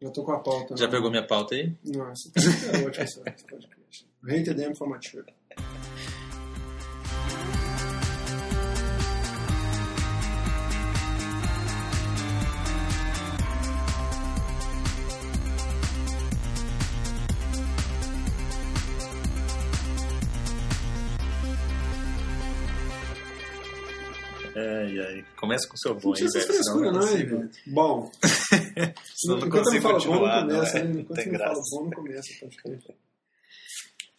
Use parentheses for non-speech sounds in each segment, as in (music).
Eu tô com a pauta. né? Já pegou minha pauta aí? Nossa, é ótimo esse (laughs) podcast. Rated M Formature. Ai, ai. Começa com o seu bom Não aí, precisa ser velho. é frescura, não, hein, velho? Bom. (laughs) Senão não Enquanto consigo fala continuar, bom, não começa, não é? né? Não Enquanto tem não fala graça. bom, não começa. pode crer.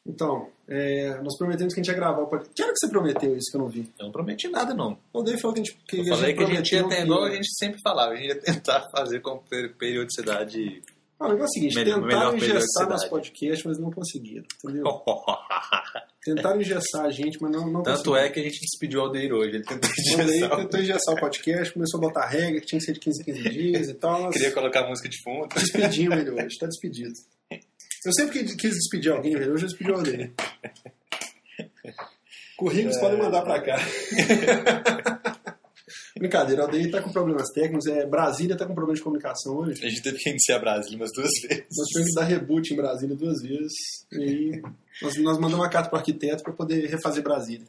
Então, é, nós prometemos que a gente ia gravar o podcast. Que hora que você prometeu isso que eu não vi? Eu não prometi nada, não. O Dave falou que a gente, que Eu falei que a gente ia prometeu ter, que- igual a gente sempre falava, a gente ia tentar (laughs) fazer com per- (laughs) periodicidade. Ah, o negócio é o seguinte, Melhor- melhor tentaram engessar periodicidade. nosso podcast, mas não conseguiram, entendeu? Tentaram engessar a gente, mas não, não é. Tanto é que a gente despediu o Aldeir hoje. Ele tentou Mandei, engessar. tentou engessar o podcast, começou a botar regra que tinha que ser de 15 em 15 dias e tal. Nós Queria colocar música de fundo. (laughs) despedimos ele hoje, tá despedido. Eu sempre que- quis despedir alguém, velho, hoje eu despedi o dele. É. Currículos podem mandar pra cá. (laughs) Brincadeira, o Aldeir tá com problemas técnicos, é, Brasília tá com problema de comunicação hoje. A gente teve que iniciar Brasília umas duas (laughs) vezes. Nós tivemos que dar reboot em Brasília duas vezes. E aí nós, nós mandamos uma carta pro arquiteto pra poder refazer Brasília.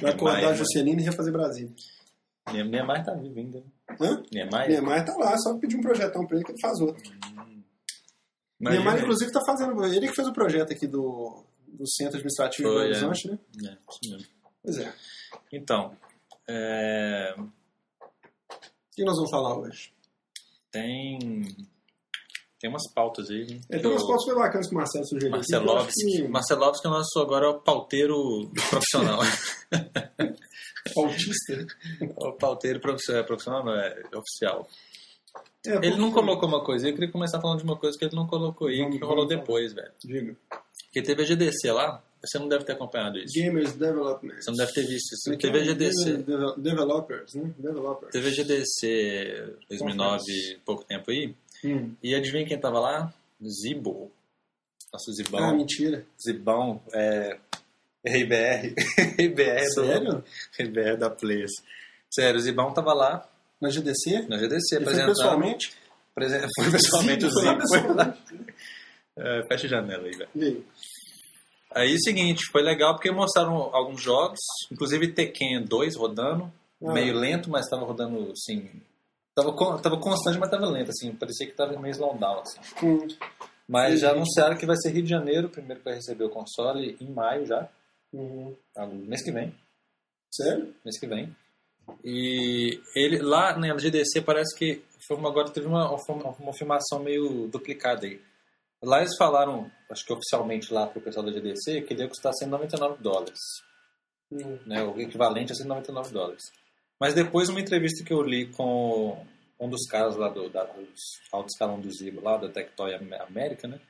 Vai acordar Vai, a né? Juscelina e refazer Brasília. Minha, minha mãe tá viva ainda. Hã? Minha mãe? Minha mãe tá lá, só pedir um projetão pra ele que ele faz outro. Imagina Minha mãe, aí. inclusive, tá fazendo. Ele que fez o projeto aqui do, do Centro Administrativo de Foi, Belo é. Horizonte, né? É, isso mesmo. Pois é. O Então, é, que nós vamos falar hoje? tem. Então, Tem umas pautas aí. né? É, tem umas Eu- fotos bem bacanas que o Marcelo Então, sugeriu. aqui, que eu acho Marcelovski. Marcelovski é o nosso agora o pauteiro (laughs) profissional. que- Autista. né? o pauteiro profissional, é profissional não, é oficial. É, Ele porque- não colocou uma coisa, eu queria começar falando de uma coisa que ele não colocou aí, Vamos- que rolou vamos falar. depois, velho. Diga. Porque teve a GDC lá, você não deve ter acompanhado isso. Gamers Development. Você não deve ter visto isso. Como é que Teve a é? GDC. Deve- Developers, né? Developers. Teve a GDC 2009, pouco tempo aí. Hum. E adivinha quem tava lá? Zibo. Nosso Ah, Zibão. mentira. Zibão é. (laughs) RBR. RBR É do- Sério? RBR da Players. Sério, o Zibão tava lá Na GDC? na GDC Ele foi apresentando. pessoalmente? Presen- (laughs) Foi pessoalmente o Sim, foi lá Zibo. Foi lá. (laughs) É, fecha a janela aí, velho. Veio. Aí o seguinte, foi legal porque mostraram alguns jogos, inclusive Tekken 2 rodando, Ah. meio lento, mas tava rodando assim. Tava, con- tava constante, mas tava lento, assim, parecia que tava meio slowdown, assim. Hum. Mas Sim. já anunciaram que vai ser Rio de Janeiro, primeiro que vai receber o console, em maio já, Uhum. ah, mês que vem, Sério? mês que vem. E ele, lá na GDC parece que foi uma, agora teve uma, uma afirmação meio duplicada aí. Lá eles falaram, acho que oficialmente lá pro pessoal da GDC, que tá ele ia custar 199 dólares. Hum. né, o equivalente a 199 dólares. Mas depois, uma entrevista que eu li com um dos caras lá do, da, dos alto escalão do Zibo, lá da Tectoy Am- América, né?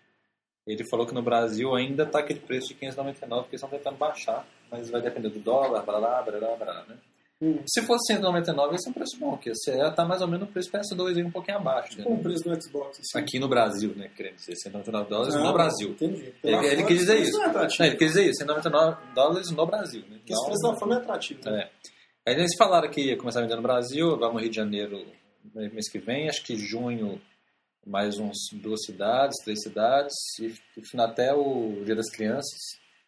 Ele falou que no Brasil ainda tá aquele preço de 599, porque eles estão tentando baixar, mas vai depender do dólar, blá blá blá blá, né? Hum. Se fosse 199, ia ser um preço bom, porque ia tá mais ou menos o preço PS2 aí, um pouquinho abaixo, né? Com o preço do Xbox. assim. Aqui no Brasil, né? Querendo dizer, 199 dólares Ah, no Brasil. Entendi. Ele, Pela ele foto, quis dizer isso isso. não é Não, atrativo. ele quis dizer isso, 199 dólares no Brasil, né? Porque esse Não- preço da fome é atrativo. né? é. Aí eles falaram que ia começar a vender no Brasil, vai no Rio de Janeiro mês que vem, acho que junho mais uns duas cidades, três cidades, e e final até o Dia das Crianças,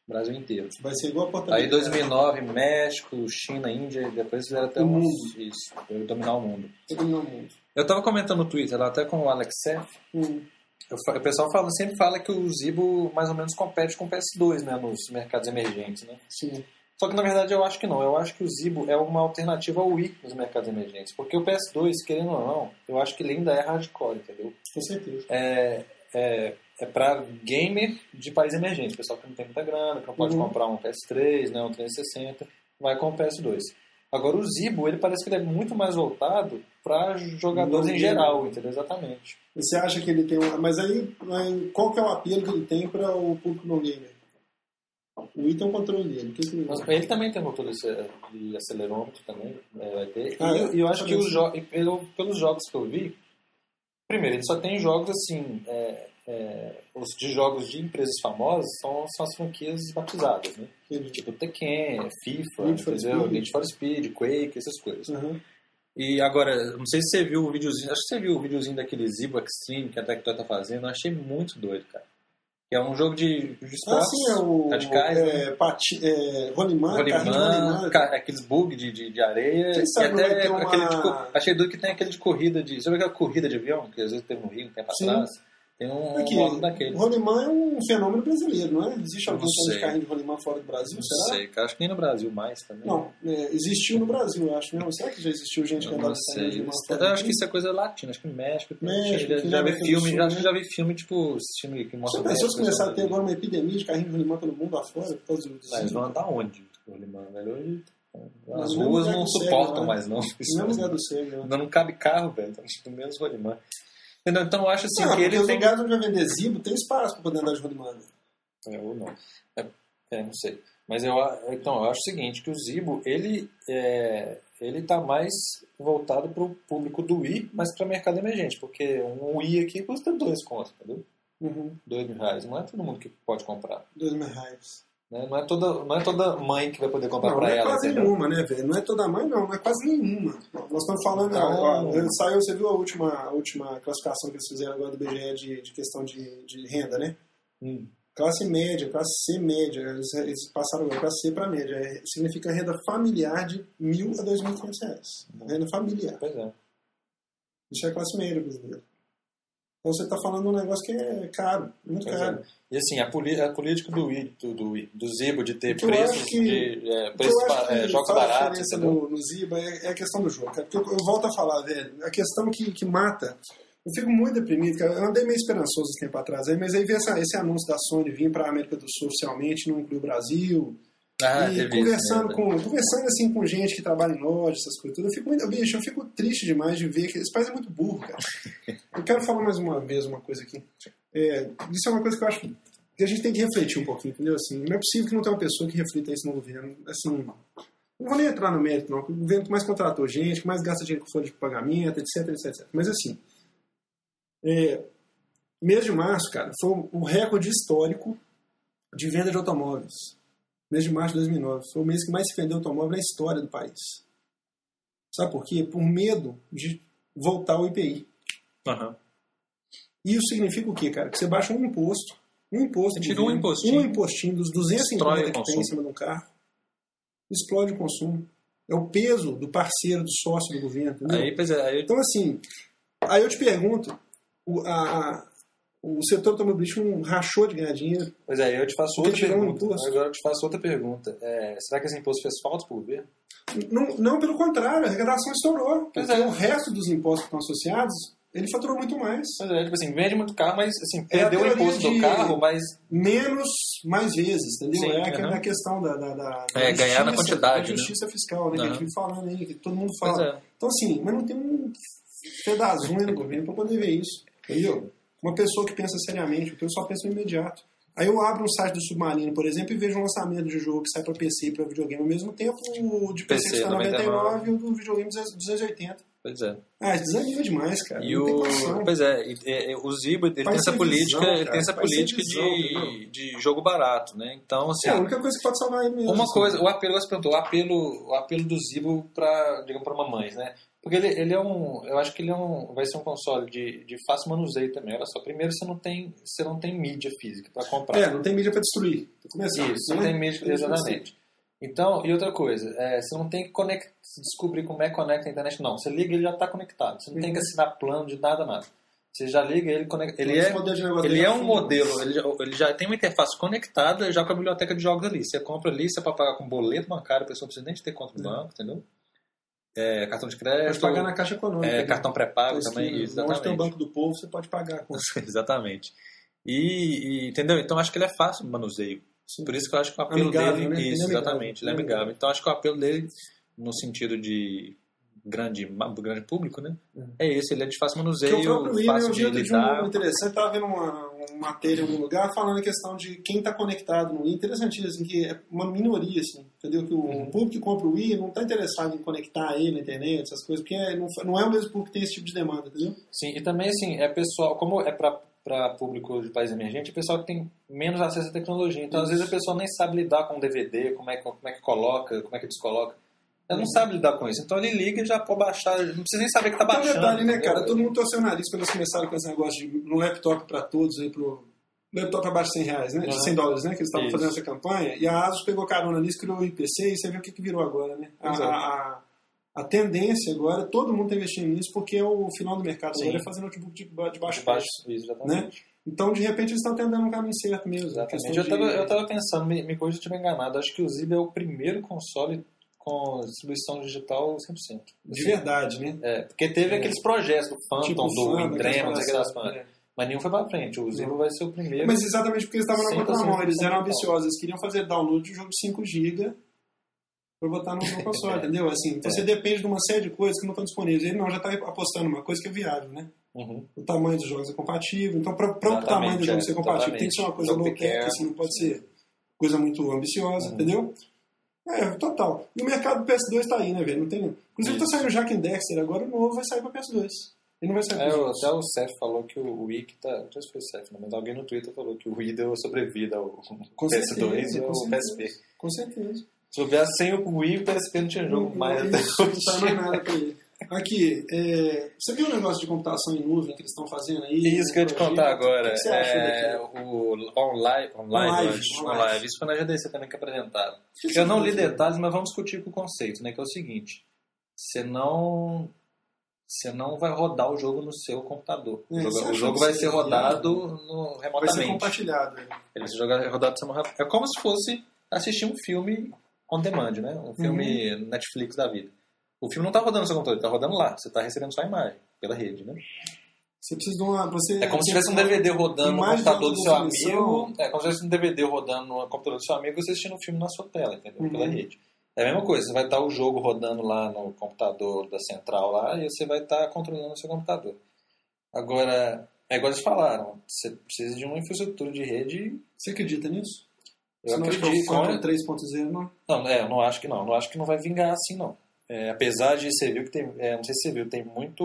Brasil inteiro. Vai ser igual a Porta É. Aí Rica. 2009, México, China, Índia, e depois fizeram até O uns, mundo. isso, pra eu dominar o mundo. né? Todo meu mundo. Eu tava comentando no Twitter, lá até com o Alex Seff, Hum. eu fa- o pessoal fala, sempre fala que o Zibo mais ou menos compete com o PS2, né, nos mercados emergentes, né? Sim. Só que na verdade eu acho que não. Eu acho que o Zibo é uma alternativa ao Wii nos mercados emergentes. Porque o PS2, querendo ou não, eu acho que ele ainda é hardcore, entendeu? Com certeza. É, é, é pra gamer de país emergente. Pessoal que não tem muita grana, que não pode Uhum. comprar um PS3, né, um 360, vai com o PS2. Agora o Zibo, ele parece que ele é muito mais voltado pra jogadores Não, em geral, entendeu? Exatamente. Você acha que ele tem um... Mas aí, aí, qual que é o apelo que ele tem para o público não gamer? O Wii tem um controle dele. Que isso me- Mas ele também tem motor de ace- de acelerômetro também, é, vai ter. E Ah, eu- e eu acho que também. os jo- e pelo- pelos jogos que eu vi, primeiro, ele só tem jogos assim, é, é, os de jogos de empresas famosas são, são as franquias batizadas, né? que ele- Tipo Tekken, FIFA, Need for entendeu? Speed. Need for Speed, Quake, essas coisas. Aham. E E agora, não sei se você viu o videozinho, acho que você viu o videozinho daquele Zibo Extreme que a Tectoy tá fazendo, eu achei muito doido, cara. Que é um jogo de, de Ah, esportes sim, é o. radicais, né? é, pati, é, Rolimã, carrinho de Rolimã, Rolimã. ca- aqueles bug de, de, de areia. Quem E sabe não vai até ter é uma- aquele de co- achei doido que tem aquele de corrida de. Sabe aquela corrida de avião? Que às vezes teve no Rio, um tempo Sim. atrás. Tem um Aqui, modo daquele. Rolimã é um fenômeno brasileiro, não é? Existe Eu algum não tipo de sei. carrinho de Rolimã fora do Brasil, Não será? sei, cara. Acho que nem no Brasil mais também. Não, é, existiu no Brasil, eu acho. Não, será que já existiu gente que é Eu andava não de carrinho de sei. Rolimã Eu fora do acho que Brasil? isso é coisa latina, acho que no México. tem. México, já, que já na vi América do filme, Sul, já, né? já vi filme, tipo, assistindo que mostra Já o pensou se México, começar a assim, ter agora uma epidemia de carrinho de rolimã pelo mundo afora? Por causa do Mas vão do- andar onde? O Limão, velho? Hoje as Mas não ruas lugar não que segue, suportam né? mais, não. do mesmo lugar do cego. né? é Não, é não cabe carro, velho. Então, tipo, menos rolimã. Entendeu? Então eu acho assim Ah, que porque ele os tem. lugares onde vai vender zibo tem espaço pra poder andar de rolimã. né? É, ou não. É, é, não sei. Mas eu, a- então, eu acho o seguinte, que o Zibo, ele é, ele tá mais voltado para o público do I, mas para mercado emergente, porque um I aqui custa dois contos, entendeu? Uhum. Dois mil reais. Não é todo mundo que pode comprar. Dois mil reais. né? Não, é toda, não é toda mãe que vai poder comprar Não, não para é ela, quase entendeu? nenhuma, né, velho? Não é toda mãe, não. Não é quase nenhuma. Nós estamos falando... Então- ó, ó, saiu, você viu a última, a última classificação que eles fizeram agora do BGE de, de questão de, de renda, né? Hum. Classe média, classe C média. Eles, eles passaram agora classe C para média. É, significa renda familiar de mil a dois mil e quinhentos reais. Renda familiar. Pois é. Isso é classe média brasileira. Então você está falando um negócio que é caro, muito Pois caro. é. E assim, a, poli- a política do I, do, do, I, do Zibo de ter Eu preços acho que- de é, O que preços eu acho ba- é, que jogos faz baratos, diferença entendeu? no, no Ziba é, é a questão do jogo. Cara. Porque eu, eu volto a falar, velho, a questão que, que mata. Eu fico muito deprimido, cara. Eu andei meio esperançoso esse tempo atrás aí, mas aí veio essa- esse anúncio da Sony vir para a América do Sul oficialmente, não inclui o Brasil. Ah, e teve conversando, isso, né? com, conversando assim com gente que trabalha em loja, essas coisas tudo, eu fico muito, bicho, eu fico triste demais de ver que esse país é muito burro, cara. eu quero falar mais uma vez uma coisa aqui. É, isso é uma coisa que eu acho que a gente tem que refletir um pouquinho, entendeu? Assim, não é possível que não tenha uma pessoa que reflita isso no governo. Assim, não vou nem entrar no mérito, não. que O governo que mais contratou gente, que mais gasta dinheiro com folha de pagamento, etc, etc, etc. Mas assim, é, mês de março, cara, foi o recorde histórico de venda de automóveis mês de março de 2009. Foi o mês que mais se vendeu automóvel na história do país. Sabe por quê? Por medo de voltar ao IPI. Aham. E isso significa o quê, cara? Que você baixa um imposto, um imposto, Você tira um governo, impostinho. um impostinho dos Destrói o 250 que tem consumo. em cima de um carro, explode o consumo. É o peso do parceiro, do sócio do governo. entendeu? Aí, pois é, aí Então, assim, aí eu te pergunto, o, a- a- o setor automobilístico não rachou de ganhar dinheiro? Pois é, eu te faço Porque outra tirou um pergunta. imposto. Agora eu te faço outra pergunta. É, será que esse imposto fez falta pro governo? Não, não, pelo contrário, a arrecadação estourou. Pois Porque é. o resto dos impostos que estão associados, ele faturou muito mais. Pois é, tipo assim, vende muito carro, mas assim, É a perdeu o teoria imposto do de- carro, mas Menos, mais vezes, entendeu? Sim, é aquela aham. questão da, da, da- da É, ganhar na quantidade, Da justiça fiscal, né? Que a Aham. gente vem falando aí, que todo mundo pois fala. é. Então, assim, mas não tem um pedaço no governo para poder ver isso, entendeu? Uma pessoa que pensa seriamente, porque eu só penso no imediato. Aí eu abro um site do Submarino, por exemplo, e vejo um lançamento de jogo que sai para PC e para videogame ao mesmo tempo, o de PC, PC está 99 99 e o do videogame 280. Pois é. Ah, isso desanima demais, cara. E É, não tem o, condição. pois é, e- e- e o Ziba ele tem Faz essa sem política, visão, ele cara, tem essa faz sem política visão, de, entendeu? de jogo barato, né? Então, assim, É a única coisa que pode salvar ele mesmo. Uma assim. coisa, o apelo, você perguntou, o apelo, o apelo do Zibo para, digamos, para mamães, né? Porque ele, ele é um, eu acho que ele é um, vai ser um console de, de fácil manuseio também. Olha só, primeiro você não tem, você não tem mídia física para comprar. É, não tem mídia pra destruir. Tá começando. Isso, né? não tem mídia, exatamente. Então, e outra coisa, é, você não tem que conect, descobrir como é que conecta a internet, não. Você liga e ele já está conectado. Você não tem que assinar plano de nada, nada. Você já liga ele conecta. Uhum. Ele Esse é, modelo de negócio ele dele é um assim, modelo, ele já, ele já tem uma interface conectada já com a biblioteca de jogos ali. Você compra ali, você pode pagar com boleto bancário, a pessoa não precisa nem de ter conta no É. banco, entendeu? É, cartão de Pode crédito, pagar na caixa econômica. é, né? cartão Na pré-pago esquina, também, Onde tem um o exatamente. Banco do Povo, você pode pagar. com- (laughs) exatamente. E, e, entendeu? Então acho que ele é fácil de manuseio. Sim. Por isso que eu acho que o apelo Amigável, dele, né? Ele é isso, amigável. exatamente, ele é amigável. Então acho que o apelo dele no sentido de grande, do grande público, né? Uhum. É esse, ele é de fácil Porque manuseio, o próprio William, fácil eu vi de outro dia um lidar. número interessante, tava vendo uma, uma matéria em algum lugar falando a questão de quem está conectado no Wii. Interessante, assim, que é uma minoria, assim, entendeu? Que o Uhum. público que compra o Wii não está interessado em conectar ele na internet, essas coisas, porque é- não, não é o mesmo público que tem esse tipo de demanda, entendeu? Sim, e também assim, é pessoal, como é pra para público de país emergente, é pessoal que tem menos acesso à tecnologia. Então, às vezes a pessoa nem sabe lidar com DVD, como é que como é que coloca, como é que descoloca. Ela não Uhum. sabe lidar com isso. Então ele liga e já pode baixar. Não precisa nem saber que tá Tem um baixando. detalhe, né, entendeu? cara? Todo mundo torceu o nariz quando eles começaram com esse negócio de um laptop pra todos aí pro. Laptop abaixo de 100 reais, né? De Uhum. 100 dólares, né? Que eles estavam Isso. fazendo essa campanha. E a Asus pegou carona nisso, criou o IPC e você vê o que, que virou agora, né? A, Pois é. a, a tendência agora, todo mundo tá investindo nisso porque é o final do mercado Sim. agora é fazer notebook de, ba- de baixo De baixo, preço. isso, exatamente. Então, de repente, eles estão tentando um caminho certo mesmo. exatamente. Questão Eu, tava, de- eu tava pensando, me, me corrija se eu estiver enganado, acho que o Zib é o primeiro console com distribuição digital 100%. de verdade, né? É, porque teve É. aqueles projetos do Phantom, do Fana, Indrema, não sei o que das aquelas- Phantom. é. Mas nenhum foi pra frente. O Zero vai ser o primeiro. Mas exatamente porque eles estavam na 100% contramão, eles eram fundamental. ambiciosos, eles queriam fazer download de um jogo de 5 GB para botar no no (laughs) console, entendeu? Assim, então É. você depende de uma série de coisas que não estão disponíveis. Ele não, já está apostando numa coisa que é viável, né? Uhum. O tamanho dos jogos é compatível, então para o Exatamente, tamanho do jogo é, ser compatível, tem que exatamente. ser uma coisa Jogo low tech, pequeno. assim, não pode ser coisa muito ambiciosa, Uhum. entendeu? É, total. E o mercado do PS2 está aí, né, velho? Não tem... Inclusive tá Isso. saindo o Jack and Dexter agora, o novo vai sair para PS2. Ele não vai sair É, para o- até o Seth falou que o Wiki tá. Não sei se foi o Seth, não, mas alguém no Twitter falou que o Wii deu sobrevida ao Com PS2 certeza, e com ao certeza. PSP. Se Com certeza. soubesse sem o Wii, o PSP não tinha jogo mais (laughs) até Isso, não tá mais hoje. nada pra ele. Aqui, é, você viu o negócio de computação em nuvem que eles estão fazendo aí? E É isso que eu ia te Projeto? contar O agora. que você acha É, daquilo? o online, online, Live, eu acho, Live. Live. Isso foi na GDC também que apresentaram. O que você Eu não acha li daquilo? detalhes, mas vamos discutir com o conceito, né? Que é o seguinte: você não, você não vai rodar o jogo no seu computador. É, o jogo, você o acha jogo que vai isso ser é rodado no, Vai ser remotamente. compartilhado. né? Ele vai ser jogado- rodado no seu- É como se fosse assistir um filme on demand, né? Um filme Netflix da vida. O filme não está rodando no seu computador, ele está rodando lá. Você está recebendo só a imagem pela rede, né? Você precisa de uma. Você, É como se tivesse um DVD rodando no Imagem computador do de seu alta definição. amigo. É como se tivesse um DVD rodando no computador do seu amigo e você assistindo um filme na sua tela, entendeu? Pela Uhum. rede. É a mesma coisa, você vai estar o jogo rodando lá no computador da central lá e você vai estar controlando o seu computador. Agora, é igual eles falaram, você precisa de uma infraestrutura de rede. Você acredita nisso? Eu você não acha que acredito. o Fórmula né? 3.0 não? Não, é, eu não acho que não. Não acho que não vai vingar assim, não. É, apesar de você viu que tem. é, não sei se você viu, tem muito.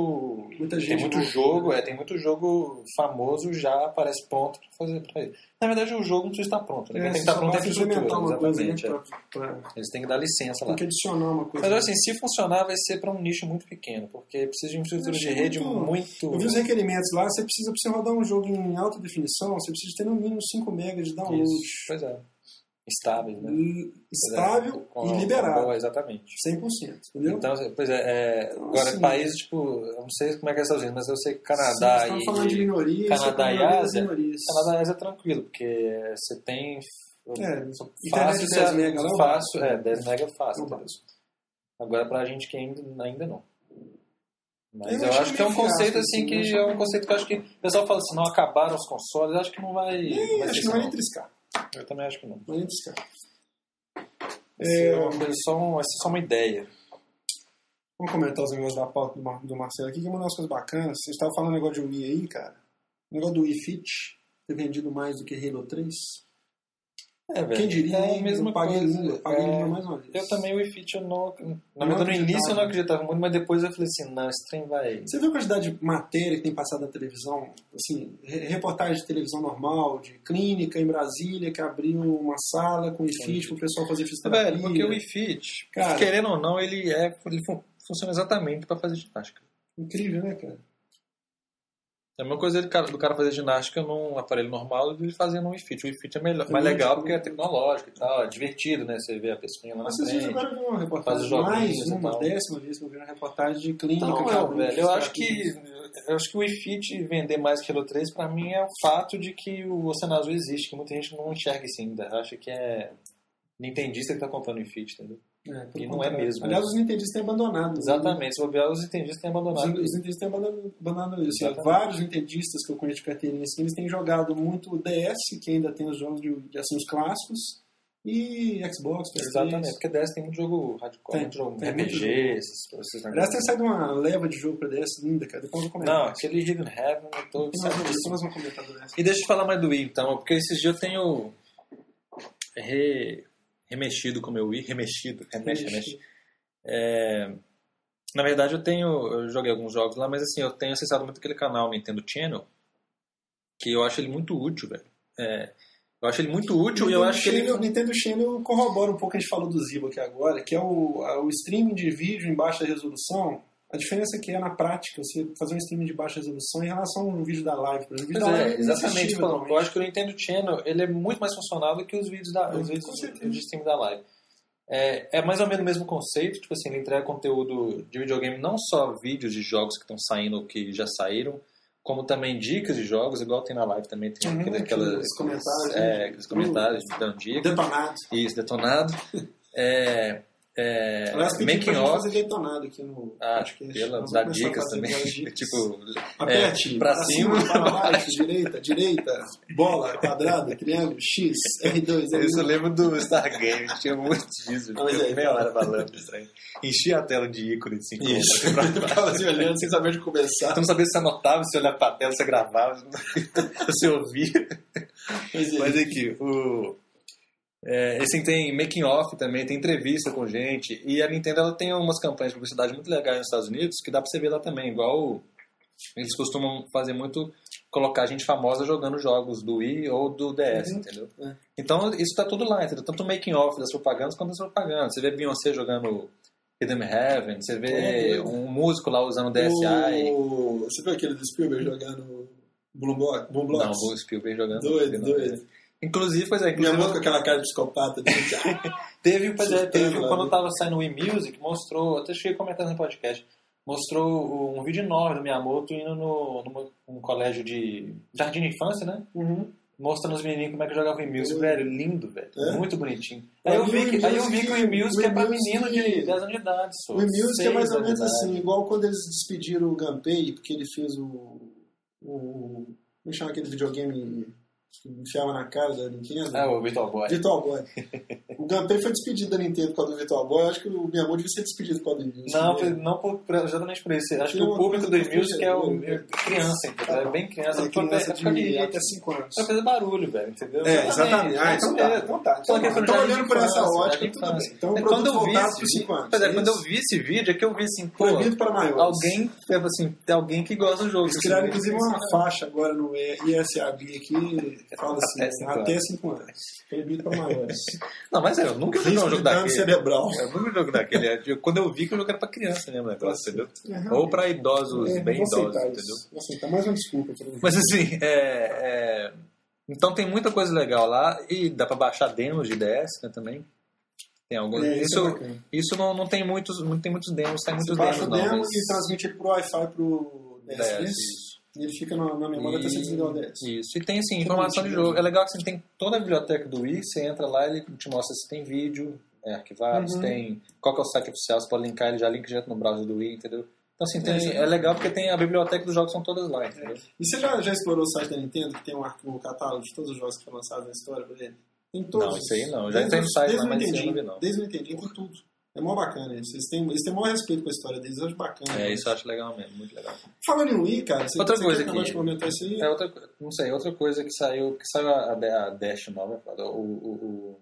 Muita gente tem muito não- jogo, é, tem muito jogo famoso já aparece pronto pra fazer pra ele. Na verdade, o jogo não precisa estar pronto, né? É, tem que você estar só pronto a basta implementar infraestrutura, uma coisa, né? exatamente. é. pra- pra- Eles têm que dar licença Tem lá. que adicionar uma coisa. Mas assim, se funcionar, vai ser pra um nicho muito pequeno, porque precisa de uma infraestrutura de Eu achei rede muito- muito. Eu vi os requerimentos lá, você precisa, pra você rodar um jogo em alta definição, você precisa ter no mínimo 5 MB de download. Isso, Pois é. Estável, né? é. Hum, Estável Com- com e liberado. boa- Exatamente. 100%, entendeu? Então, assim, pois é, é, Então, agora assim, países tipo, eu não sei como é que é Estados Unidos, mas eu sei que Sim, Canadá você e tá falando de minorias, Canadá você tá falando e das Ásia. minorias. Canadá e Ásia é tranquilo, porque você tem É, internet fácil, de 10 você- mega né, lá, fácil, é, 10 mega é fácil. Não entendeu? Agora pra gente que ainda, ainda não. Mas Eu eu, acho acho que é um meio fiasco, conceito assim assim, eu que acho é um conceito que eu acho que o pessoal fala assim, não acabaram os consoles, eu acho que não vai, não Ih, vai acho ser que não isso, vai não. nem triscar. Eu também acho que não. Não vai nem triscar. É, é uma coisa só, um, essa é só uma ideia. Vamos comentar os negócios da pauta do, Mar- do Marcelo aqui, que é uma das coisas bacanas. Você estava falando um negócio de Wii aí, cara. O negócio do Wii Fit ter vendido mais do que Halo 3. É, velho. Quem diria? é a hein? mesma eu paguei coisa. língua, paguei é, língua mais uma vez. Eu também, o iFit, eu não. Na Não verdade, no início eu não acreditava. acreditava muito, mas depois eu falei assim: não, esse trem vai. Você viu a quantidade de matéria que tem passado na televisão? Assim, re- reportagem de televisão normal, de clínica em Brasília, que abriu uma sala com Wii Fit para o pessoal fazer fisioterapia. É, Tá Velho, porque o iFit, Cara. querendo ou não, ele, é, ele fun- funciona exatamente pra fazer ginástica. Incrível, né, cara? É a mesma coisa do cara, do cara fazer ginástica num aparelho normal e ele fazer no iFit. O iFit é melhor, É mais muito legal bom. porque é tecnológico e tal, é divertido, né? Você vê a pessoinha lá na Mas vocês frente. agora viram uma é, Faz reportagem, joguinhos mais e uma tal. décima vez que eu vi uma reportagem de clínica. Então, que eu, abriu velho, eu acho fisioterapia. que eu acho que o iFit vender mais que o Halo 3 pra mim é o fato de que o Oceano Azul existe, que muita gente não enxerga isso ainda. Acha que é nintendista que tá comprando o iFit, entendeu? É, pelo E não é contrário. mesmo, Aliás, os nintendistas têm abandonado. né? Exatamente, se bobear, os nintendistas têm Os, abandonado os isso. nintendistas têm abandonado- abandonado isso. Exatamente. Vários nintendistas que eu conheço de carteirinha assim, eles têm jogado muito o DS, que ainda tem os jogos de, de assim, os clássicos, e Xbox, PlayStation. Exatamente, porque DS tem muito jogo hardcore, Tem, muito jogo tem muito RPG, jogo. é esses, esses Aliás, tem negócios. saído uma leva de jogo pra DS linda, cara. Depois eu vou comentar. Não, aquele Hidden Heaven, eu tô Nós sabe vamos- disso. nós vamos comentar do DS. E deixa eu te falar mais do Wii, então, porque esses dias eu tenho re- remexido com o meu Wii, remexido, remexe, remexe. Na verdade, eu tenho. Eu joguei alguns jogos lá, mas assim, eu tenho acessado muito aquele canal Nintendo Channel, que eu acho ele muito útil, velho. É, eu Eu acho ele muito útil e eu acho que ele. O Nintendo Channel corrobora um pouco o que a gente falou do Zibo aqui agora, que é o, a- o streaming de vídeo em baixa resolução. A diferença é que é na prática você fazer um streaming de baixa resolução em relação a um vídeo da live, por exemplo. O vídeo Pois da é, live não exatamente. existia Tipo, eu atualmente. acho que o Nintendo Channel ele é muito mais funcional do que os vídeos da, os Com vídeos certeza. de streaming da live. É, é mais ou menos o mesmo conceito, tipo assim, ele entrega conteúdo de videogame, não só vídeos de jogos que estão saindo ou que já saíram, como também dicas de jogos, igual tem na live também, tem Uhum, aqueles, aquelas, aqueles comentários, é, né? aqueles comentários dando dicas, Detonado. isso, detonado. É, é, Aliás, tipo pedi pra making gente off, fazer detonado aqui no ah, podcast. Nós pela, vamos começar dar a dicas fazer também, (laughs) aquelas dicas. tipo, Aperte, É, pra, pra cima, cima. para (laughs) baixo, direita, direita, bola, quadrado, triângulo, X, é R2, Eu só R1. lembro do Stargame, (laughs) tinha muito disso. Pois Fiquei é. meia hora falando disso aí. Enchia a tela de ícone assim. como- Isso. pra- (laughs) Eu tava assim olhando sem saber onde começar. Tu não sabia se você anotava, se você olhava pra tela, se você gravava, (laughs) se você ouvia. Pois é. Mas aqui, o... É, assim, tem making off também, tem entrevista com gente. E a Nintendo ela tem umas campanhas de publicidade muito legais nos Estados Unidos que dá pra você ver lá também. Igual eles costumam fazer muito colocar gente famosa jogando jogos do Wii ou do DS, Uhum. entendeu? É. Então isso tá tudo lá, entendeu? Tanto o making off das propagandas quanto as propagandas. Você vê Beyoncé jogando Rhythm Heaven, você vê É, doido. um músico lá usando DSI. O- Você viu aquele do Spielberg jogando Bloom Block? Bloom Não, Blocks? o Spielberg jogando. Doido, Rhythm Heaven. doido. Inclusive, pois é, Minha inclusive, mão com aquela cara de psicopata. ah, de- (laughs) Teve, pois é, teve, Sustando lá, quando né? eu tava saindo o e-music, mostrou, até cheguei comentando no podcast, mostrou um vídeo enorme do Miyamoto indo no, numa- num colégio de jardim de infância, né? Mostrando os menininhos como é que jogava o e-music, É. velho, lindo, velho, É? muito bonitinho. Eu Aí eu vi o vi que, aí eu vi e-music- que o e-music é pra o menino e-music- de 10 anos de idade, só. O Music é mais ou menos Seis anos de idade. assim, igual quando eles despediram o Gunpei, porque ele fez o. o como é chama aquele videogame que enfiava na cara da Nintendo? É, o Virtual Boy. Virtual Boy. (laughs) o Gunpei foi despedido da Nintendo por causa do Virtual Boy. Eu acho que o Miyamoto devia ser despedido por causa do Music. Não, né? foi- não por, por- exatamente por isso. Acho que Tem o uma público do coisa e-music é o que eu- é criança, entendeu? É bem é criança, porque criança é época de de- até 5 anos. Pra fazer barulho, velho, entendeu? É, exatamente. Ah, então tá. Então tá. Só que Então eu tá já olhando vi por essa infância, ótica, né, tudo infância. bem. Então, É, produto quando eu vi voltado esse pros cinco vídeo- anos, pois é, é quando isso? eu vi esse vídeo, é que eu vi assim, pô, Proibido para maiores. alguém, tipo assim, tem alguém que gosta do jogo. Eles tiraram, Assim, inclusive, uma faixa agora no ISAB aqui, fala Até assim, cinco anos. até 5 anos. Proibido para maiores. Não, mas é, eu nunca joguei um Risco de jogo dano daquele. cerebral. Eu nunca joguei um jogo daquele. É, tipo, Quando eu vi que o jogo era pra criança mesmo, o negócio, entendeu? Ou pra idosos, É, bem vou aceitar idosos, isso. entendeu? Vou aceitar. Mais uma desculpa. pra mim. Mas assim, é, é, então tem muita coisa legal lá e dá pra baixar demos de DS né, também. Tem alguns. É, isso é isso bacana. isso não, não tem muitos, não tem muitos demos, tem muitos Você baixa o demos não. demo mas- e tá transmite ele pro Wi-Fi pro DS, DS. isso. né? E ele fica na, na memória até você desligar o DS. Isso, e tem assim, Que informação de bonitinho. jogo. É legal que você tem toda a biblioteca do Wii, você entra lá, ele te mostra se tem vídeo, é, arquivados, Uhum. tem qual que é o site oficial, você pode linkar ele já link direto no browser do Wii, entendeu? Então assim, É, isso tem, é é legal porque tem a biblioteca dos jogos são todas lá, entendeu? E você já, já explorou o site da Nintendo, que tem um arquivo, um catálogo de todos os jogos que foram lançados na história por ele? Tem todos. Não, isso aí não. Já Desde entrei no os- site desde lá, o mas isso eu Nintendinho, não vi, não. Desde o Nintendinho, tem tudo. É mó bacana isso. Eles têm, eles têm o maior respeito com a história deles, eu acho bacana. É, isso eu acho legal mesmo, muito legal. Falando em Wii, cara, você, Outra você coisa quer acabar aqui. de comentar isso aí? É outra, co- não sei, outra coisa que saiu, que saiu a, a- a Dash nova, é o, o- o-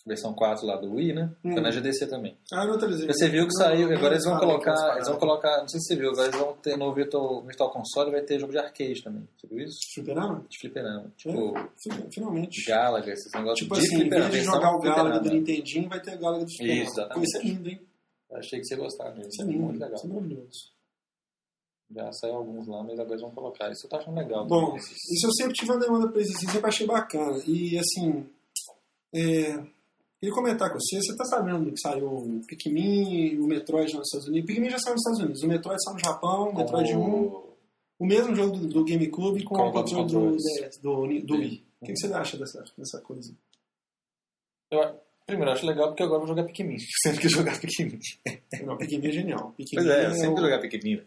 a versão 4 lá do Wii, né? Hum. Foi na GDC também. Ah, eu não atualizei. Você viu que Não, saiu, não, agora eles vão falei que colocar, pararam. eles vão colocar, não sei se você viu, agora eles vão ter no Virtual, virtual Console vai ter jogo de arcade também. Você viu isso? Fliperama? De fliperama. Tipo, Fin- Finalmente. Galaga, esses negócios Hum? Tipo de assim, em fliperama. vez de versão jogar o Galaga fliperama. do Nintendinho, vai ter o Galaga do Fliperama. Isso, exatamente. Pô, isso é lindo, hein? Eu Achei que você gostava mesmo. Isso é muito lindo. legal. Isso é maravilhoso. Já saiu alguns lá, mas agora eles vão colocar. Isso eu tô achando legal. Bom, Esses- isso eu sempre tive uma demanda pra isso, assim, sempre achei bacana. E assim, é, queria comentar com você, você tá sabendo que saiu o Pikmin, o Metroid lá nos Estados Unidos. O Pikmin já saiu nos Estados Unidos, o Metroid saiu no Japão, o é um Metroid 1, Como- o mesmo jogo do, do GameCube com Com o outros controle do, controles. DS do, Ni- do Sim. Wii. O que, que você acha dessa, dessa coisa? Eu, primeiro, eu acho legal porque agora eu vou jogar Pikmin. (laughs) Sempre que jogar Pikmin. Não, Pikmin é genial. Pikmin Pois é, eu o- sempre jogar Pikmin.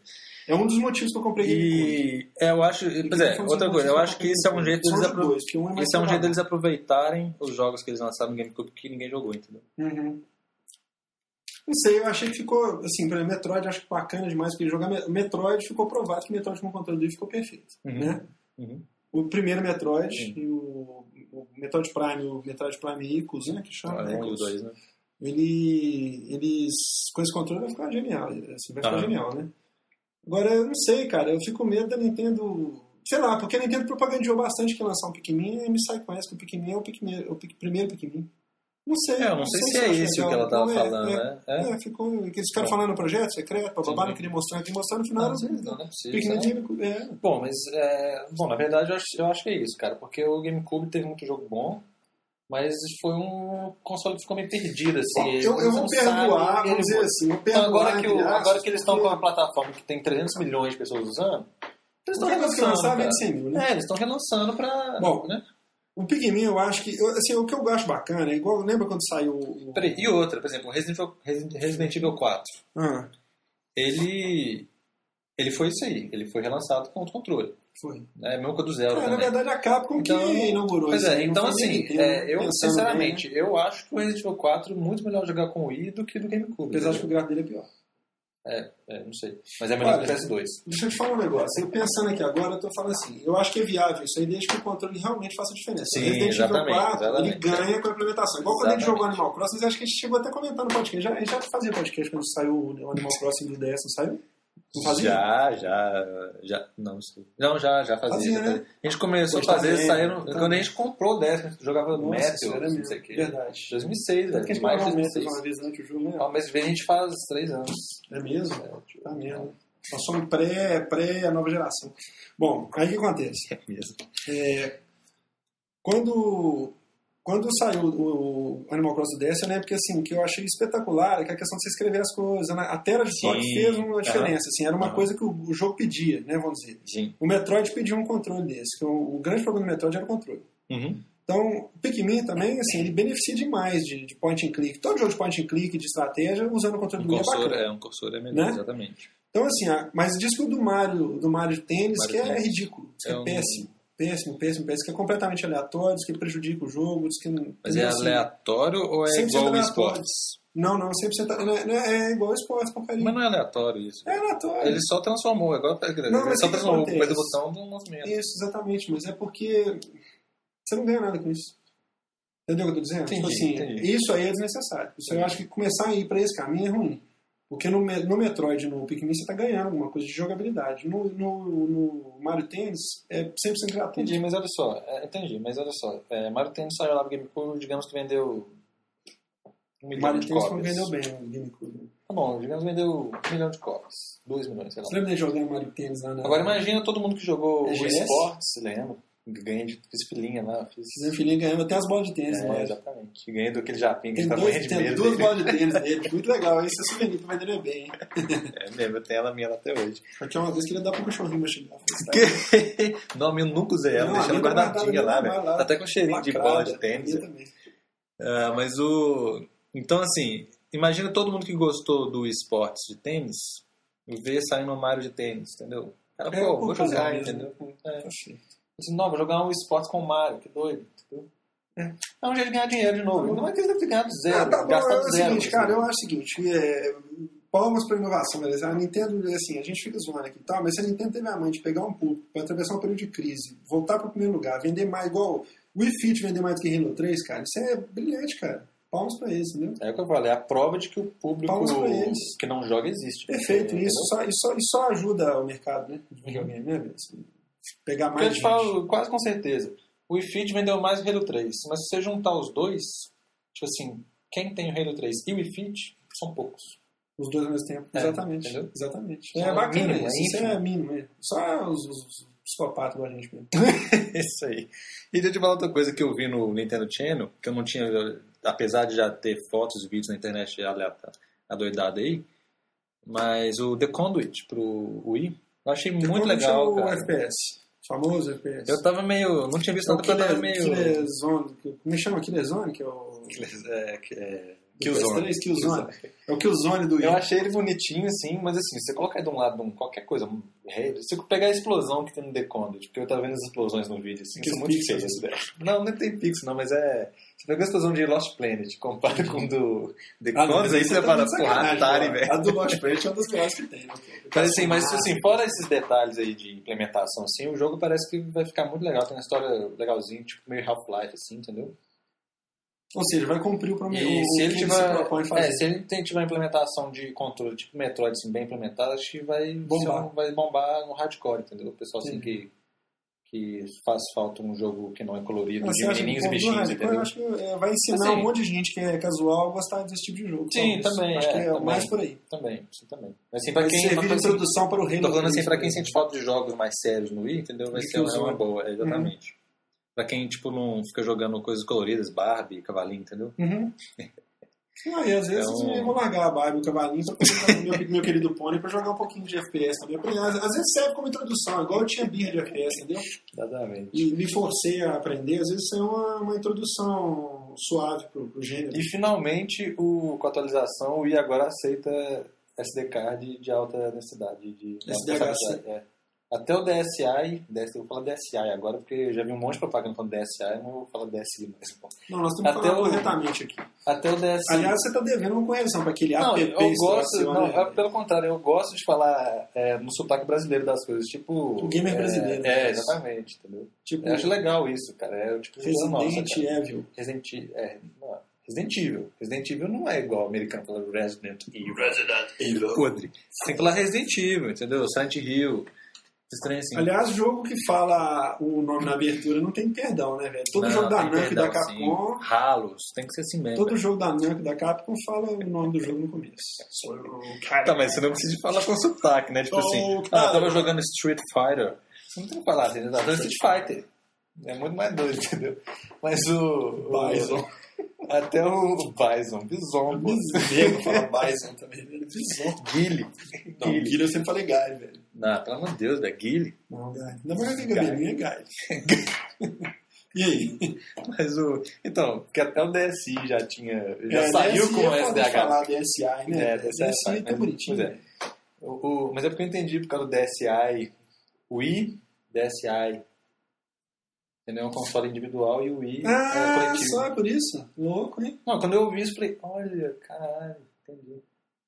é um dos motivos que eu comprei GameCube. E é, eu acho. Pois é, Foi um dos outra coisa, eu motivos acho que isso é um comprei jeito GameCube. deles São os aproveitarem. dois, porque um é mais Isso é um jeito barato. deles aproveitarem os jogos que eles lançaram no GameCube que ninguém jogou, entendeu? Uhum. Não sei, eu achei que ficou, assim, pra mim, Metroid eu acho bacana demais, porque jogar Me- Metroid ficou provado que Metroid com controle do Wii ficou perfeito, Uhum. né? Uhum. O primeiro Metroid Sim. e o, o Metroid Prime, o Metroid Prime Icos, né, que chama, Então, né, um e o Icos, dois, né? ele, eles, com esse controle vai Tá. ficar genial, assim, vai ficar Aham. genial, né? Agora, eu não sei, cara, eu fico com medo da Nintendo Sei lá, porque a Nintendo propagandeou bastante que ia lançar um Pikmin e me sai com essa que o Pikmin é o, Pikmin, o Pik- primeiro Pikmin. Não sei. É, eu não sei se é eu acho esse o legal. que ela tava Não, é, falando, é. né? É? É, ficou. Que eles ficaram É. falando no projeto secreto, babá, Sim. não queria mostrar, não queria mostrar, no final Não, era os não, mesmos. não, é Pikmin possível. né? de- é, Bom, mas. é, Bom, na verdade eu acho, eu acho que é isso, cara. Porque o GameCube teve muito jogo bom. Mas foi um console que ficou meio perdido, assim. ele Eu, eu vou não sabe perdoar, vamos onde ele dizer foi. assim, eu Então, perdoar. agora, que o- entre agora aspas, que eles estão com porque uma plataforma que tem 300 milhões de pessoas usando, eles estão Qualquer coisa que relançando. lançar, cara. vende 100 mil, né? É, eles estão relançando pra. Bom, né? O Pikmin, eu acho que. eu- assim, o que eu acho bacana, é igual. Lembra quando saiu o. o- Peraí, e outra, por exemplo, Resident Evil, Resident- Resident Evil 4. Ah, Ele. Ele foi isso aí, ele foi relançado com outro controle. foi. Né? Mesmo que o do Zelda. Cara, na também. verdade, a Capcom que Então- inaugurou Pois isso é, aí, não então foi nem assim, Nintendo, é, eu pensando sinceramente, bem, né? eu acho que o Resident Evil 4 é muito melhor jogar com o Wii do que do GameCube. né? Apesar de que o gráfico dele é pior. É, não sei. Mas é melhor Olha, que o PS2. Deixa eu te falar um negócio. Eu pensando aqui agora, eu tô falando assim, eu acho que é viável isso aí desde que o controle realmente faça diferença. Sim, O Resident Evil exatamente, 4, ele exatamente. ganha com a implementação. Igual quando a gente Exatamente. jogou Animal Crossing, acho que a gente chegou até a comentar no podcast. Já, a gente já fazia podcast quando saiu o Animal Crossing do DS, não saiu? Não fazia? Já, já, já. Não, sei. não já, já fazia. Fazia, né? já fazia. A gente começou Pois a fazer, também, saíram. também. Quando a gente comprou o 10, a gente jogava então. Nossa, isso era Meteor, não mesmo, sei o que. verdade. Tanto 2006, que a velho. gente Mais pagava de um mês 2006. uma vez durante o jogo, né? Ah, Mas vem a gente faz 3 anos. É mesmo? É mesmo. Nós somos pré, pré a nova geração. Bom, aí o que acontece? É mesmo. Quando, quando saiu o o Animal Crossing DS, eu lembro que assim, o que eu achei espetacular é que a questão de você escrever as coisas, né? a tela de toque Sim. fez uma diferença, assim, era uma Aham. coisa que o, o jogo pedia, né, vamos dizer. Sim. O Metroid pediu um controle desse, que o, o grande problema do Metroid era o controle. Uhum. Então, o Pikmin também, assim, ele beneficia demais de, de point and click. Todo jogo de point and click, de estratégia, usando o controle Um do Wii é bacana. cursor é, um cursor é melhor, Né? exatamente. Então, assim, a- mas diz que o do Mario, do Mario Tênis, Mario que é Tênis. ridículo, diz que é, É um- péssimo. Péssimo, péssimo, péssimo, que é completamente aleatório, diz que prejudica o jogo, diz que não. Mas é assim, aleatório ou é 100% igual o aleatório. esportes? Não, não, 100% não é, não é, é igual ao esporte, porcaria. Mas não é aleatório isso. É aleatório. Ele só transformou, agora tá Não, Ele mas só o que transformou acontece? com a execução do movimento. Isso, exatamente, mas é porque você não ganha nada com isso. Entendeu o que eu tô dizendo? Entendi, tipo assim, entendi. isso aí é desnecessário. Isso eu acho que começar a ir pra esse caminho é ruim. Porque no, Me- no Metroid, no Pikmin, você tá ganhando alguma coisa de jogabilidade. No, no- no Mario Tênis, é 100% gratuito. Entendi, mas olha só, é, entendi, mas olha só, é, Mario Tennis saiu lá no GameCube, digamos que vendeu um O milhão Mario de Tennis cópias. não vendeu bem no GameCube. Tá bom, digamos que vendeu um milhão de cópias, dois milhões, sei lá. Você lembra de jogar Mario Tennis lá na. Agora imagina todo mundo que jogou o GS? esportes, lembra? Ganhei de, fiz filinha lá, fiz... Minha filhinha ganhou até as bolas de tênis, É, mas. exatamente, ganhei do aquele japinha que Tem, tá dois, morrendo de tem medo. duas dele. bolas de tênis dele, (laughs) muito legal. Esse é souvenir que vai vender bem, hein? É mesmo, eu tenho ela minha lá até hoje. Porque uma vez queria dar pro cachorrinho mastigar. Não, eu nunca usei ela, Não, a deixei ela minha guardada, guardadinha a minha lá, vai velho. lá. Tá até com cheirinho de Lacrada, bola de tênis. é. minha também. Ah, mas o. Então, assim, imagina todo mundo que gostou do esportes de tênis e vê saindo um Mario de tênis, entendeu? Cara, É, pô, por vou fazer né? jogar, mesmo. entendeu? É. Achei. Assim, não, vou jogar um esportes com o Mario, que doido, entendeu? É um jeito de ganhar dinheiro de novo. Não é que eles devem ter ganhado zero, Ah, tá bom, gastado é o zero. assim. seguinte, cara, eu acho o seguinte, é, palmas pra inovação, beleza? A Nintendo, assim, a gente fica zoando aqui e tal, mas se a Nintendo teve a mãe de pegar um público pra atravessar um período de crise, voltar pro primeiro lugar, vender mais, igual o Wii Fit vender mais do que Halo 3, cara, isso é brilhante, cara. Palmas pra eles, entendeu? É o que eu falei, é a prova de que o público Palmas pra eles. que não joga existe. Perfeito, Entendeu? isso só, isso, só, isso só ajuda o mercado, né? De videogame, né? velho? Assim, Pegar Porque eu mais te gente. falo quase com certeza. O iFit vendeu mais o Halo 3. Mas se você juntar os dois, tipo assim, quem tem o Halo 3 e o iFit são poucos. Os dois ao mesmo tempo. É, exatamente. entendeu? Exatamente. Isso É, é bacana mínimo, isso. é Isso ínfimo. é mínimo, é. Só os, os, os psicopatas da gente mesmo. (laughs) Isso aí. E deixa eu te falar outra coisa que eu vi no Nintendo Channel, que eu não tinha, apesar de já ter fotos e vídeos na internet aleatória, adoidada aí, mas o The Conduit pro Wii, eu achei muito Normalmente é legal, o cara. FPS. Famoso FPS. Eu tava meio, não tinha visto É o tanto, porque eu tava Killer, meio... Killer Zone. que- Me chama Killer Zone, que é o... É, que- é, do PS3, Killzone. É o Killzone do Wii. Eu achei ele bonitinho, assim, mas assim, você coloca aí de um lado um, qualquer coisa, um, rei, se você pegar a explosão que tem no The Conduit, porque eu tava vendo as explosões no vídeo, assim, Que são muito pixels, feias. né? Não, não tem pixel, não, mas é. Você pega a explosão de Lost Planet, compara com do The Ah, não, Conduit, aí você tá fala, de porra, sacanagem, Atari, pô. velho. A do Lost Plate é uma das melhores que tem. né, pô? Mas assim, mas assim, fora esses detalhes aí de implementação, assim, o jogo parece que vai ficar muito legal, tem uma história legalzinha, tipo meio Half-Life, assim, entendeu? Ou seja, vai cumprir o prometido. E se ele que tiver, se propõe fazer. é, se ele tem- tiver uma implementação de controle tipo Metroid assim, bem implementada, acho que vai Bombar. ser um- vai bombar no hardcore, entendeu? O pessoal assim, Sim. que que faz falta um jogo que não é colorido, Mas de você acha que o menininhos e povo do bichinhos, hardcore, entendeu? eu acho que é, vai ensinar Assim. um monte de gente que é casual a gostar desse tipo de jogo. Sim, talvez. também, Acho é, que é também. mais por aí. Também, isso também. Mas assim, pra Vai quem, servir pra, de assim, introdução para o reino. né? tô falando assim, pra político. quem sente falta de jogos mais sérios no Wii, entendeu? Vai De ser uma, é uma tiozão. boa, é, Uhum. exatamente. Pra quem, tipo, não fica jogando coisas coloridas, Barbie, cavalinho, entendeu? (laughs) Uhum. Ah, e às vezes Então- eu vou largar a Barbie, o cavalinho, só pra jogar com meu, meu querido Pony, pra jogar um pouquinho de FPS também. Porque Às, às vezes serve como introdução, igual eu tinha birra de FPS, entendeu? Exatamente. E me forcei a aprender, às vezes isso é uma, uma introdução suave pro, pro gênero. E finalmente, o, com a atualização, o Wii agora aceita SD card de alta densidade. De, de alta SDHC. capacidade, é. Até o DSi, DS, eu vou falar DSi agora, porque eu já vi um monte de propaganda falando DSi, eu não vou falar DSi mais. bom. Não, nós estamos Até falando o- corretamente aqui. Até o DSi. Aliás, você tá devendo uma correção pra aquele não, app. eu gosto, não, é né? pelo contrário, eu gosto de falar é, no sotaque brasileiro das coisas, tipo... O gamer é, brasileiro. né? É, exatamente, entendeu? Tipo, Eu acho legal isso, cara, é o tipo de coisa nossa, Resident cara. Evil. Resident Evil. É, não, Resident Evil. Resident Evil não é igual ao americano fala Resident Evil. Resident Evil. Podre. Você tem que falar Resident Evil, entendeu? Silent Hill. Esse trem assim. Aliás, jogo que fala o nome na abertura não tem perdão, né, velho? Todo Não, jogo da tem NAMP perdão, da Capcom, sim. Ralos. Tem que ser assim mesmo. todo jogo da NAMP da Capcom fala o nome do jogo no começo. Sou eu, cara. Tá, mas você não precisa falar com sotaque, né? Tipo Oh, assim, ah, cara. eu tava jogando Street Fighter. Você não tem que falar assim, né? Tá jogando Street Fighter. É muito mais doido, entendeu? Mas o... o- Bison. Até o Bison. Bison. pô. Bezerro fala Bison também, velho. Bison. Guile. Não, Guile. Guilherme eu sempre falei Guy, velho. Não, pelo amor de Deus, é velho. Guile. Não, Guy. Na verdade, Gabelinha é Guy. E aí? Mas o. Então, porque até o DSI já tinha. Já É, saiu DSI com o é foda de SDH. falar DSI, né? É, DSI, DSI é mas- tão bonitinho. pois é. O, o- mas é porque eu entendi por causa do DSI. O I, DSI. Entendeu? É um console individual e o I é Ah, coletivo. só é por isso? Louco, hein? Não, quando eu ouvi isso, eu falei, olha, caralho, entendi.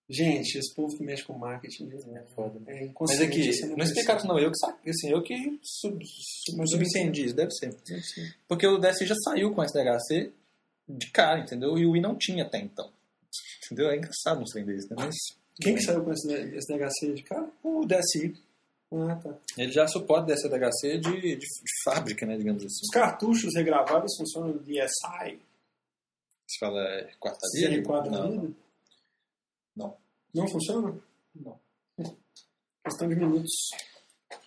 Gente, esse povo que mexe com marketing né? É foda, né? é Mas inconsciente. é que, você não percebe. explicaram isso não, eu que saquei, assim, eu que sub, sub, Mas deve subentendi isso, deve ser. Porque o DSI já saiu com o SDHC de cara, entendeu? E o I não tinha até então. Entendeu? É engraçado não entender isso, né? Mas Quem que saiu com esse, esse DHC de cara? o DSI Ah, tá. Ele já suporta DSDHC de, de, de fábrica, né, digamos assim. Os cartuchos regraváveis funcionam no DSI? Você fala é, quarta Série Tá quadro Não, não. ainda? Não. Não funciona? Não. Questão de minutos.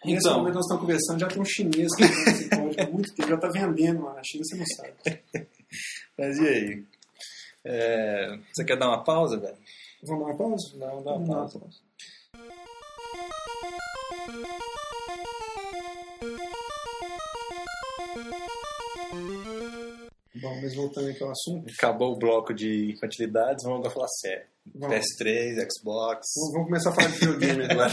Nesse Então, momento nós estamos conversando, já tem um chinês que tá nesse código há muito tempo, já está vendendo lá na China, você não sabe. mas e aí? É, você quer dar uma pausa, velho? Vamos lá, pausa? Não, dá uma pausa. Bom, mas voltando aqui ao assunto, Acabou o bloco de infantilidades, vamos agora falar sério. vamos, PS3, Xbox. vamos- vamos começar a falar de videogame (laughs) agora.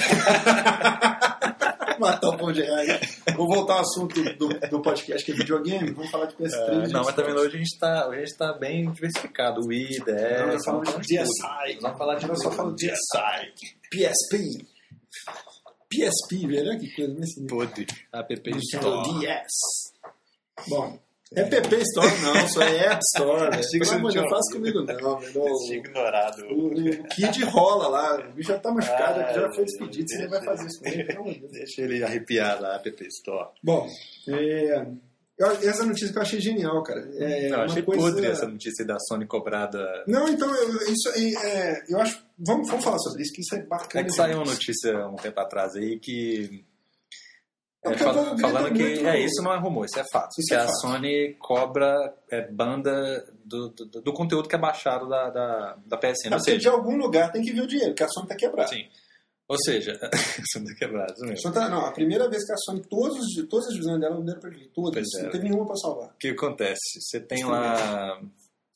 Matar o pão de reais. Vou voltar ao assunto do, do podcast, que é videogame, vamos falar de Ah, PS3. não, gente. mas também hoje a gente tá, hoje a gente tá bem diversificado. Wii, DS, Não, vamos nós falamos falar de tudo. DSi. Nós vamos falar de Nós só tudo. falamos de DSi. PSP. PSP, velho, olha que coisa, né? esse- Podre. App Nintendo Store. DS. Bom, é PP Store não, só é App Store. velho. Achei que Pelo amor de você não Deus, tinha faça comigo (laughs) não. velho. Esse ignorado. O, o- o Kid rola lá, o bicho já tá machucado, Ah, já foi despedido, você nem vai fazer isso comigo, pelo amor de Deus. Deixa ele arrepiar da App Store. Bom, é, eu- essa notícia que eu achei genial, cara. É, Não, uma achei coisa- podre essa notícia da Sony cobrada. Não, então, eu, isso aí, é, eu acho... Vamos, vamos falar sobre isso, que isso é É bacana. que saiu uma notícia um tempo atrás aí que. É, é, porque fal- eu tô falando vendo que. muito- É, isso não é rumor, isso é fato. Isso que é a fato. Sony cobra é, banda do, do, do conteúdo que é baixado da, da, da PSN. É Ou porque de seja, algum lugar tem que vir o dinheiro, porque a Sony tá quebrada. sim. Ou seja, (laughs) isso não é quebrado, isso A mesmo. Sony tá- não, a primeira vez que a Sony, todos, os- todas as divisões dela não deram prejuízo, todas, Pois é. não teve nenhuma pra salvar. O que acontece? Você tem lá.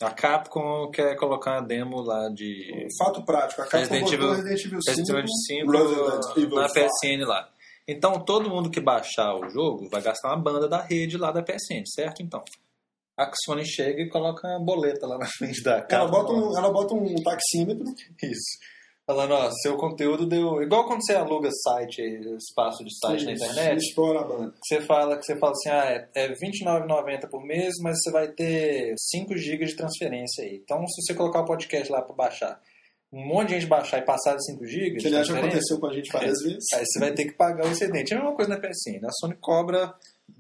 A Capcom quer colocar uma demo lá de Um Fato prático, a Capcom Resident botou Evil- Resident Evil 5, Resident Evil 5 Resident Evil na 4. PSN lá. Então todo mundo que baixar o jogo vai gastar uma banda da rede lá da PSN, certo? Então. A Sony chega e coloca uma boleta lá na frente da casa. Ela bota, um, ela bota um taxímetro, Isso. Falando, ó, seu conteúdo deu. Igual quando você aluga site, espaço de site Tá, na internet, estoura a banda. que você fala, que você fala assim, ah, é- é R$29,90 por mês, mas você vai ter 5 GB de transferência aí. Então, se você colocar o podcast lá pra baixar um monte de gente baixar e passar de 5 GB. Que aliás já aconteceu com a gente várias vezes. É. Aí você vai ter que pagar o excedente. É a mesma coisa na PSN. A Sony cobra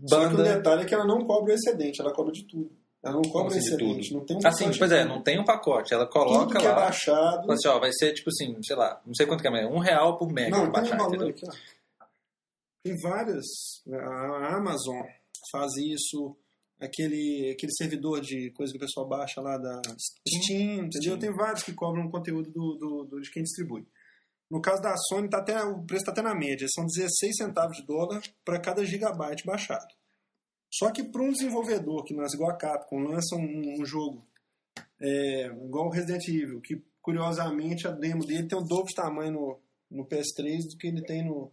Só que o banda. detalhe é que ela não cobra o excedente, ela cobra de tudo. Ela não cobra o assim de excedente, não tem um Assim, pacote pois é, de não tem um pacote. Ela tudo. Tudo coloca que é lá. baixado. Fala assim, ó, vai ser tipo assim, sei lá, não sei quanto que é, mas um real por mega Não, pra tem um baixar, valor entendeu? aqui, ó. Tem várias. né, A a Amazon faz isso. Aquele, aquele servidor de coisa que o pessoal baixa lá da Steam, entendeu? Tem vários que cobram um conteúdo do, do- do- de quem distribui. No caso da Sony, tá até, o preço está até na média. São 16 centavos de dólar para cada gigabyte baixado. Só que para um desenvolvedor que lança igual a Capcom, lança um, um jogo é, igual o Resident Evil, que curiosamente a demo dele tem o dobro de tamanho no, no PS3 do que ele tem no,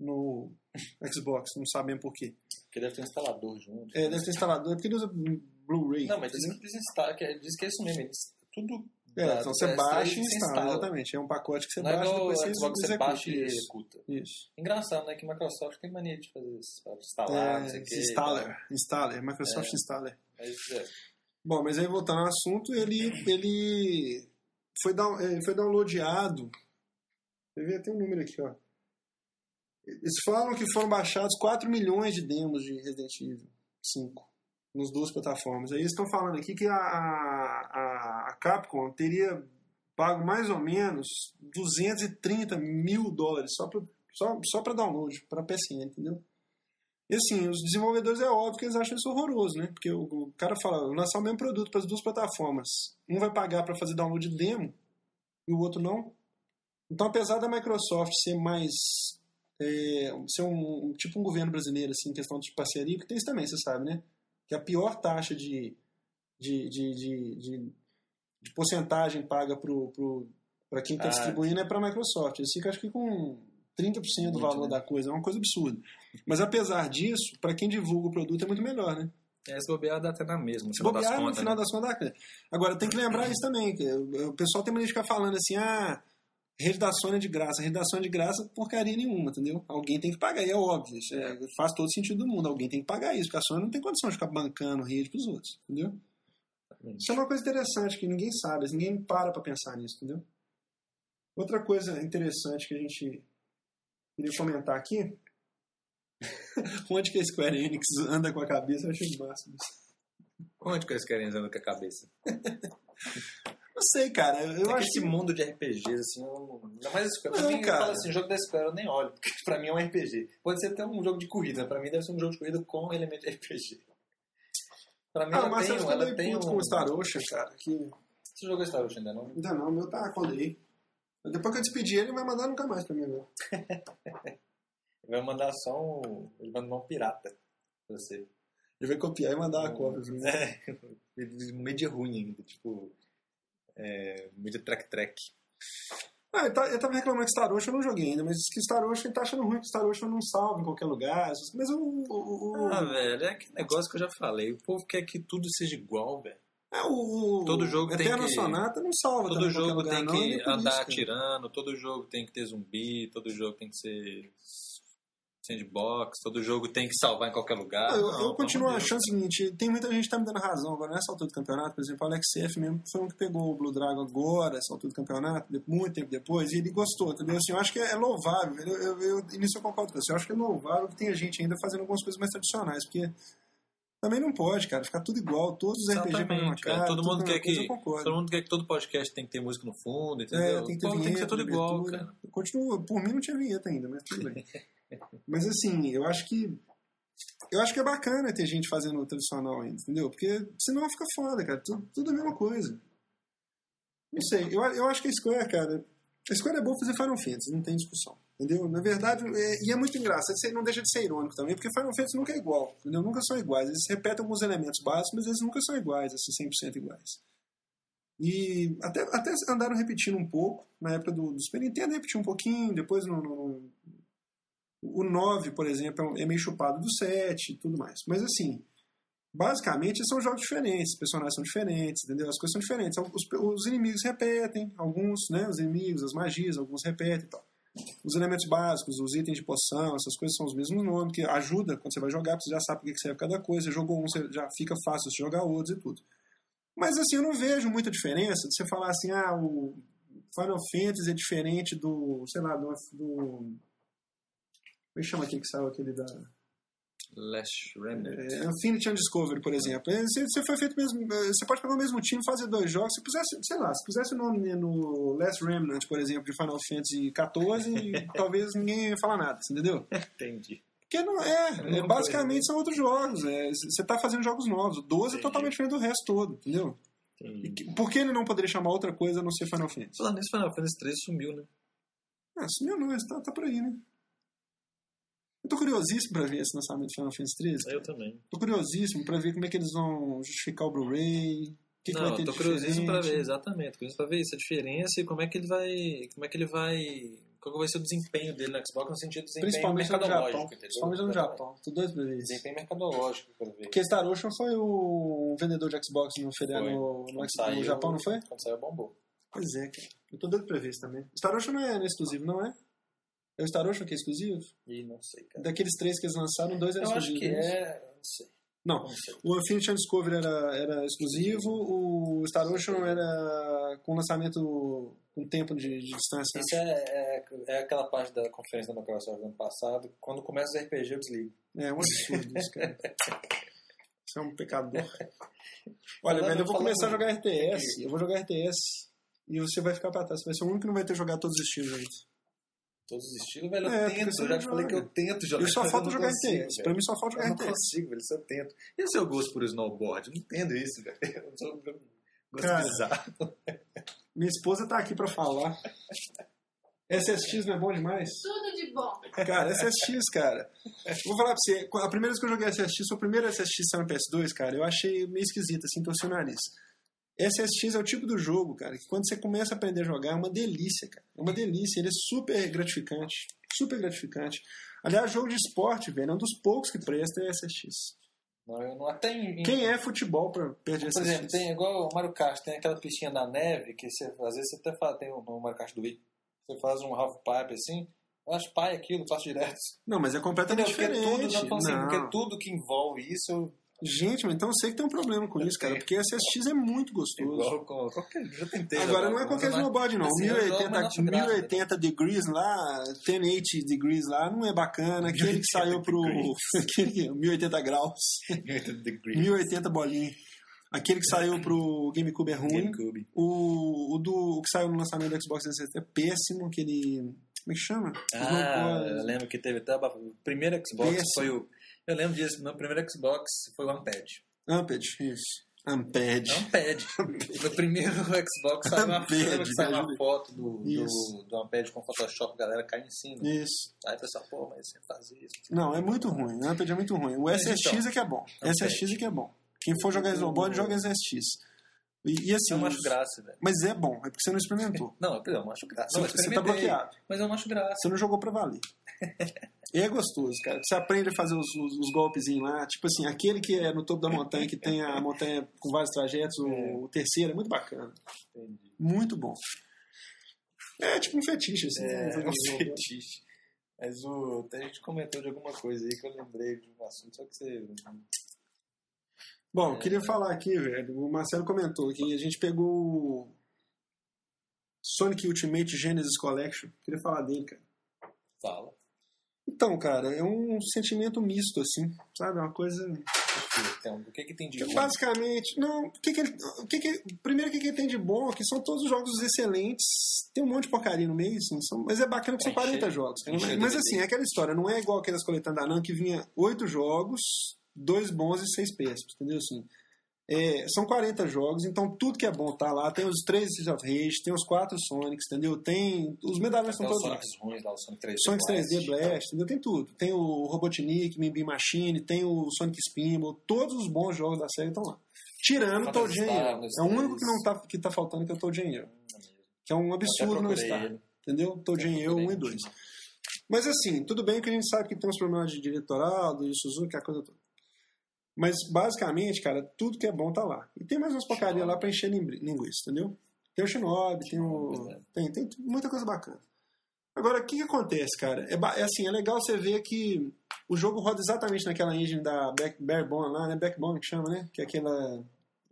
no (laughs) Xbox, não sabem porquê. Porque deve ter um instalador junto. É, deve ter instalador, é porque ele usa Blu-ray. Não, mas diz que desinstala, que é- diz que é isso mesmo. eles- Tudo. É, da- então do você PS3 baixa e se instala, exatamente. É um pacote que você Não é baixa e igual o depois você Xbox, você executa. baixa e Isso. executa. Isso. Engraçado, né? Que Microsoft tem mania de fazer isso. sabe? Instalar, tá não sei É, o né? que. installer, installer, Microsoft Installer. Mas, é, Bom, mas aí voltando ao assunto, ele, ele foi, down, eh, foi downloadado. Eu vi até um número aqui, ó. Eles falam que foram baixados 4 milhões de demos de Resident Evil 5 nos duas plataformas. Aí eles estão falando aqui que a, a, a Capcom teria pago mais ou menos 230 mil dólares só para só, só tipo, pra download, para PSN, entendeu? E assim, os desenvolvedores é óbvio que eles acham isso horroroso, né? Porque o, o cara fala, "Vou lançar o mesmo produto para as duas plataformas. Um vai pagar para fazer download de demo e o outro não. Então, apesar da Microsoft ser mais. é, ser um, um- tipo um governo brasileiro, assim, em questão de parceria, porque tem isso também, você sabe, né? Que a pior taxa de. de, de, de, de- de porcentagem paga para pro, pra quem está Ah. distribuindo é para a Microsoft. Eles ficam, acho que, com 30% do Muito, valor né? da coisa. É uma coisa absurda. Mas apesar disso, para quem divulga o produto é muito melhor, né? é, se bobear dá até na mesma, no Se final das bobear, no contas. final né? das contas, dá. agora tem que lembrar isso também. Que o pessoal tem mania de ficar falando assim, ah, rede da Sony é de graça, rede da Sony é de graça, porcaria nenhuma, entendeu? Alguém tem que pagar, e é óbvio, isso é- faz todo sentido do mundo, alguém tem que pagar isso, porque a Sony não tem condição de ficar bancando rede pros outros, entendeu? Isso é uma coisa interessante que ninguém sabe, assim, ninguém para pra pensar nisso, entendeu? Outra coisa interessante que a gente queria comentar aqui, (laughs) onde que a Square Enix anda com a cabeça, eu achei o máximo. Onde que eles querem andar com a cabeça? Não sei, cara, eu Eu acho É esse que... mundo de RPGs, assim, eu não- ainda mais Square. Não, pra mim, cara. eu falo assim, jogo da Square eu nem olho, porque (laughs) pra mim é um RPG. Pode ser até um jogo de corrida, pra mim deve ser um jogo de corrida com elemento de RPG. Pra mim Ah, ela mas tem, eu um- ela fiquei tem meio um... puto com o Star Ocean, cara, que... Você jogou Star Wars ainda, não? Ainda não, o meu tá quando aí. Depois que eu despedir ele, ele vai mandar nunca mais pra mim, né? não. Ele vai mandar só um... Ele vai mandar um pirata pra você. Ele vai copiar e mandar Hum. uma cópia pra mim. É, mídia ruim ainda, tipo... É, mídia track-track. Ah, eu, tá, eu tava reclamando que Star Ocean eu não joguei ainda, mas que Star Ocean tá achando ruim que Star Ocean não salva em qualquer lugar. essas- Mas o. o, o, Ah, velho, é aquele negócio que eu já falei. O povo quer que tudo seja igual, velho. é, o, o- Todo jogo tem Eterna que- Sonata não salva Todo também em qualquer jogo lugar, tem não, que nem por andar isso, cara. atirando, todo jogo tem que ter zumbi, todo jogo tem que ser sandbox, todo jogo tem que salvar em qualquer lugar. Não, eu, Não, eu pelo continuo amor de achando o seguinte, tem muita gente que tá me dando razão agora nessa altura do campeonato, por exemplo, o Alex F mesmo foi um que pegou o Blue Dragon agora, essa altura do campeonato, de- muito tempo depois, e ele gostou, entendeu? Assim, eu acho que é louvável, eu, eu, eu, nisso eu concordo com você, eu acho que é louvável que tenha gente ainda fazendo algumas coisas mais tradicionais, porque também não pode, cara, ficar tudo igual, todos os RPG com a mesma Exatamente, cara. cara, Todo tudo com mundo a mesma quer coisa, que- eu concordo. Deus. Todo mundo quer que todo podcast tem que ter música no fundo, entendeu? É, tem que ter Pô, vinheta, tem que ser tudo igual, abertura. cara. Eu continuo, por mim não tinha vinheta ainda, mas tudo (laughs) bem. mas assim, eu acho que eu acho que é bacana ter gente fazendo o tradicional ainda, entendeu? Porque senão fica foda, cara. Tudo, tudo a mesma coisa. Não sei, eu, eu acho que a Square, cara. A Square é boa fazer Final Fantasy, não tem discussão. Entendeu? Na verdade, é- e é muito engraçado, isso aí não deixa de ser irônico também, porque Final Fantasy nunca é igual, entendeu? Nunca são iguais. Eles repetem alguns elementos básicos, mas eles nunca são iguais, assim, 100% iguais. E até, até andaram repetindo um pouco, na época do, do Super Nintendo repetiu um pouquinho, depois no, no- no- o 9, por exemplo, é um- é meio chupado do 7 e tudo mais. Mas assim, basicamente são jogos diferentes, os personagens são diferentes, entendeu? As coisas são diferentes. Os, os inimigos repetem, alguns, né? Os inimigos, as magias, alguns repetem e tal. Os elementos básicos, os itens de poção, essas coisas são os mesmos nomes, que ajuda quando você vai jogar, porque você já sabe o que que serve cada coisa. Você jogou um, você já fica fácil de jogar outros e tudo. Mas assim, eu não vejo muita diferença de você falar assim, ah, o Final Fantasy é diferente do, sei lá, do. do como é que chama aquele que saiu aquele da. Last Remnant. É, Infinity and Discovery, por exemplo. É, Você, você foi feito mesmo. é, Você pode pegar o mesmo time, fazer dois jogos. Se pusesse, sei lá, se pusesse o nome no Last Remnant, por exemplo, de Final Fantasy XIV, talvez ninguém ia falar nada, você entendeu? É, Entendi. Porque não é. é Não, basicamente são outros jogos. é, Você tá fazendo jogos novos. O 12 é Entendi. totalmente diferente do resto todo, entendeu? E Entendi. que- Por que ele não poderia chamar outra coisa a não ser Final Fantasy? Falando nisso, Final Fantasy 13 sumiu, né? Ah, sumiu não, esse tá, tá por aí, né? Eu tô curiosíssimo pra ver esse lançamento de Final Fantasy 13. É, Eu também. Tô curiosíssimo pra ver como é que eles vão justificar o Blu-ray. O que, que não, vai ter eu tô de curiosíssimo pra ver, diferente. exatamente. Curioso pra ver isso, a diferença e como é que ele vai. Como é que ele vai. Qual que vai ser o desempenho dele no Xbox no sentido de desempenho Principalmente no mercadológico, Japão. entendeu? Principalmente no Exatamente. Japão. Tô doido pra ver isso. Desempenho mercadológico, quero ver. Porque Star Ocean foi o vendedor de Xbox no, feriado, Foi. no, no, Quando é no saiu- Japão, não foi? Quando saiu, bombou. Pois é, cara. Eu tô doido pra ver isso também. Star Ocean não é, não é exclusivo, não é? É o Star Ocean que é exclusivo? E não sei, cara. Daqueles três que eles lançaram, dois eram É. Eu acho exclusivos. que né? é. Não sei. Não, Não sei. o Infinity and Discovery era, era exclusivo, o Star Ocean era com lançamento com tempo de, de distância. né? Isso é, é, é aquela parte da conferência da Microsoft do ano passado. Quando começa os RPG, eu desligo. É um absurdo isso, cara. Isso é um pecador. Olha, Falando- velho, eu vou começar a falando- jogar RTS. Eu vou jogar RTS. E você vai ficar pra trás. Você vai ser o único que não vai ter jogado todos os estilos ainda. Todos os estilos, É, velho. eu porque tento. você Eu já não te falei que joga. (laughs) eu tento jogar. Eu só mas falta não jogar consigo, RTS. velho. Pra mim só falta Eu jogar (laughs) não RTS. consigo, velho. Só tento. E o seu gosto por snowboard? Eu Não entendo isso, velho. (laughs) Eu sou um gosto Cara. bizarro. Minha esposa tá aqui pra falar. SSX não é bom demais? Tudo de bom. Cara, SSX, cara. Vou falar pra você, a primeira vez que eu joguei SSX, foi o primeiro SSX saiu no PS2, cara, eu achei meio esquisito, assim, torci o nariz. SSX é o tipo do jogo, cara, que quando você começa a aprender a jogar, é uma delícia, cara. É uma delícia, ele é super gratificante. Super gratificante. Aliás, jogo de esporte, velho, é um dos poucos que presta é SSX. Não, eu não. Até em. em- Quem é futebol pra perder Por exemplo, SSX? tem igual o Mario Kart, tem aquela pistinha na neve que você, às vezes você até fala, tem o Mario Kart do Wii, você faz um half pipe assim, eu acho pai aquilo, faço direto. Não, mas é completamente Porque tudo, diferente. não, tô assim, Não. porque tudo que envolve isso eu- Gente, mas então eu sei que tem um problema com isso, cara, porque SSX é muito gostoso. igual com qualquer. Já tentei. Agora jogar não é alguma qualquer coisa, mas- snowboard, não. Assim, eu jogo, mas 1080, não acho 1080 degrees lá, 1080 degrees lá, não é bacana. Aquele que saiu pro. (laughs) aquele que- é 1080 graus, 80 degrees. 1080 bolinha. Aquele que saiu pro GameCube é ruim. GameCube. O, o, do, o que saiu no lançamento do Xbox 360 é péssimo, aquele. Como é que chama? Ah, Snowboard. eu lembro que teve até. a- O primeiro Xbox Esse. foi o. Eu lembro disso, meu primeiro Xbox foi o Amped. Amped, isso. Amped. Amped. (laughs) no primeiro Xbox saiu uma, Amped, lembra que saiu ajuda. uma foto do, do, Isso. do Amped com Photoshop, a galera cai em cima. Isso. Aí o pessoal, pô, mas você fazia isso. Não, é muito ruim. O Amped é muito ruim. O Mas então, SSX é que é bom. Amped. SSX é que é bom. Quem for jogar snowboard, joga SSX. E, e assim. Eu não acho graça, velho. Mas é bom, é porque você não (laughs) experimentou. Não, eu eu não acho graça. Não, Você, eu você tá experimentei, bloqueado. Mas eu não acho graça. Você não jogou pra valer. E é gostoso, cara. Você aprende a fazer os, os, os golpezinhos lá. Tipo assim, aquele que é no topo da montanha, que tem a montanha com vários trajetos, o, o terceiro, é muito bacana. Entendi. Muito bom. É tipo um fetiche, assim. É, né? é um fetiche. Mas o, até a gente comentou de alguma coisa aí que eu lembrei de um assunto, só que você. É. Bom, eu queria falar aqui, velho. O Marcelo comentou que a gente pegou o Sonic Ultimate Genesis Collection. Queria falar dele, cara. Fala. Então, cara, é um sentimento misto, assim, sabe? É Uma coisa. Então, o que, que tem de que ruim? basicamente. Não, o que que ele- o que que ele- primeiro, o que, que ele tem de bom? é Que são todos jogos excelentes. Tem um monte de porcaria no meio, assim, são- mas é bacana que são Encher- 40 jogos. cara. encher Mas DVD. assim, é aquela história, não é igual aquelas coletando da NAN que vinha oito jogos, dois bons e seis péssimos, entendeu? Assim, é, são 40 jogos, então tudo que é bom tá lá. Tem os três Streets of Rage, tem os quatro Sonics, entendeu? Tem. Os medalhões Até são os todos lá. Sonics ruins lá, o Sonic 3D. Sonic 3D, Blast. Blast, entendeu? Tem tudo. Tem o Robotnik, Mimbi Machine, tem o Sonic Spinball, todos os bons jogos da série estão lá. Tirando o Toad Phantasy Star, Engenheiro. Blast É o único três. que não tá, que tá faltando que é o Toad Engenheiro. Que é um absurdo Até não procurei estar, ele. é entendeu? Toad Engenheiro 1 e 2. Mas assim, tudo bem que a gente sabe que tem uns problemas de diretorado, de Suzuki, a coisa toda. Mas basicamente, cara, tudo que é bom tá lá. E tem mais umas porcaria lá pra encher lingui- linguiça, entendeu? Tem o Shinobi, tem Shinobi, o. né? Tem, tem muita coisa bacana. Agora, o que, que acontece, cara? É, ba- é assim, é legal você ver que o jogo roda exatamente naquela engine da Back, Barebone lá, né? Backbone que é chama, né? Que é aquela,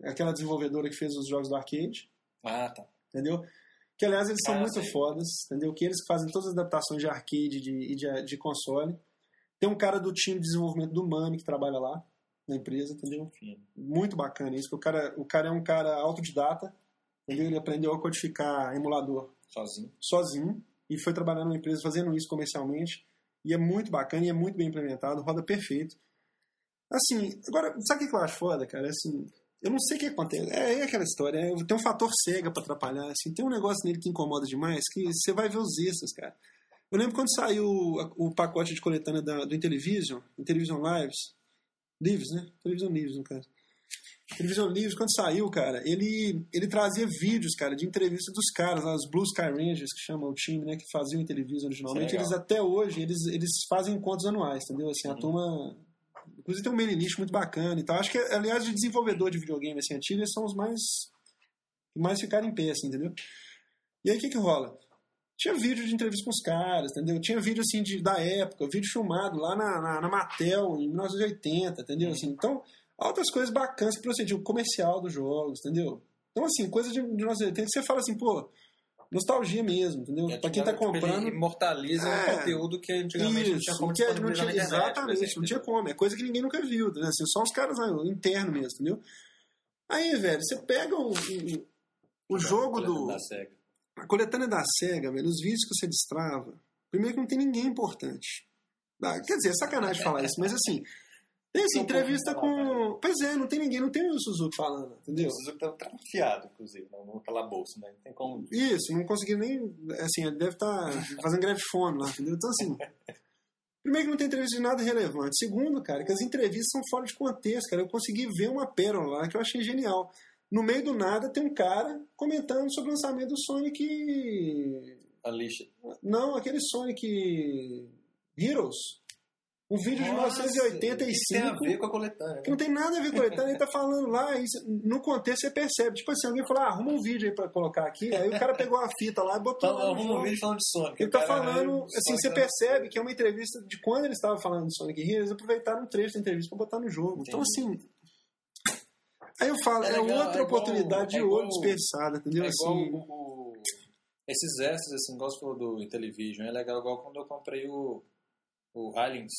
aquela desenvolvedora que fez os jogos do arcade Ah, tá. entendeu? Que, aliás, eles são Ah, muito sim. fodas, entendeu? Que eles que fazem todas as adaptações de arcade de- e de, de console. Tem um cara do time de desenvolvimento do Mami que trabalha lá, na empresa, entendeu? Enfim. Muito bacana isso, que o cara, o cara é um cara autodidata, entendeu? Ele aprendeu a codificar emulador Sozinho. sozinho e foi trabalhar numa empresa fazendo isso comercialmente. E é muito bacana e é muito bem implementado, roda perfeito. Assim, agora, sabe o que que eu acho foda, cara? Assim, eu não sei o que acontece. É, é aquela história, é, tem um fator cega pra atrapalhar, assim, tem um negócio nele que incomoda demais, que você vai ver os extras, cara. Eu lembro quando saiu a- o pacote de coletânea da- do Intellivision, Intellivision Lives, Lives, né? Television Lives, no caso. Television Lives, quando saiu, cara, ele, ele trazia vídeos, cara, de entrevista dos caras, lá, os Blue Sky Rangers, que chama o time, né, que faziam Intellivision originalmente. Isso é legal. Uhum. eles até hoje, eles, eles fazem encontros anuais, entendeu? Assim, a turma... Inclusive tem um mailing list muito bacana e tal. Acho que, aliás, de desenvolvedor de videogame, assim, antigo, eles são os mais... que mais ficaram em pé, assim, entendeu? E aí, o que que rola? Tinha vídeo de entrevista com os caras, entendeu? Tinha vídeo, assim, de, da época, vídeo filmado lá na, na, na Mattel, em 1980, entendeu? Assim, então, outras coisas bacanas que procediam, comercial dos jogos, entendeu? Então, assim, coisa de, de 1980 que você fala assim, pô, nostalgia mesmo, entendeu? pra quem tá Tipo, ele comprando... imortaliza É. um conteúdo que antigamente não tinha como que é, não disponibilizar tinha, na internet, por Exatamente, exemplo. não tinha como. É coisa que ninguém nunca viu, né? Assim, só os caras lá, interno mesmo, entendeu? Aí, velho, você pega o, o, o jogo do Da SEGA. a coletânea da SEGA, velho, os vídeos que você destrava, primeiro que não tem ninguém importante. Ah, quer dizer, é sacanagem falar isso, mas assim, tem assim, Não tem entrevista como falar, com. Pois é, não tem ninguém, não tem o Suzuki falando, entendeu? O Suzuki tá tranfiado, inclusive, não- naquela bolsa, né? Não tem como. Isso, não consegui nem. Assim, ele deve estar fazendo greve de fome lá, entendeu? Então, assim. Primeiro que não tem entrevista de nada relevante. Segundo, cara, que as entrevistas são fora de contexto, cara. Eu consegui ver uma pérola lá que eu achei genial. No meio do nada tem um cara comentando sobre o lançamento do Sonic A lixa. Não, aquele Sonic Heroes. Um vídeo Nossa, de isso Tem a 1985 ver com a coletânea. né? que não tem nada a ver com ele. Ele tá falando lá, e isso- no contexto você percebe. Tipo assim, alguém falou, ah, arruma um vídeo aí pra colocar aqui. Aí o cara pegou a fita lá e botou. lá no Vamos jogo. ouvir ele falando de Sonic. Então, Ele tá um O cara, falando, ah, assim, Sonic você tá- percebe que é uma entrevista de quando ele estava falando do Sonic Heroes, eles aproveitaram um trecho da entrevista pra botar no jogo. Então, assim. Aí eu falo, é, É legal, outra é igual- oportunidade é de igual- olho desperdiçada, entendeu? É igual assim, o- o- esses extras, assim, igual você falou do Intellivision, é legal igual quando eu comprei o, o Aliens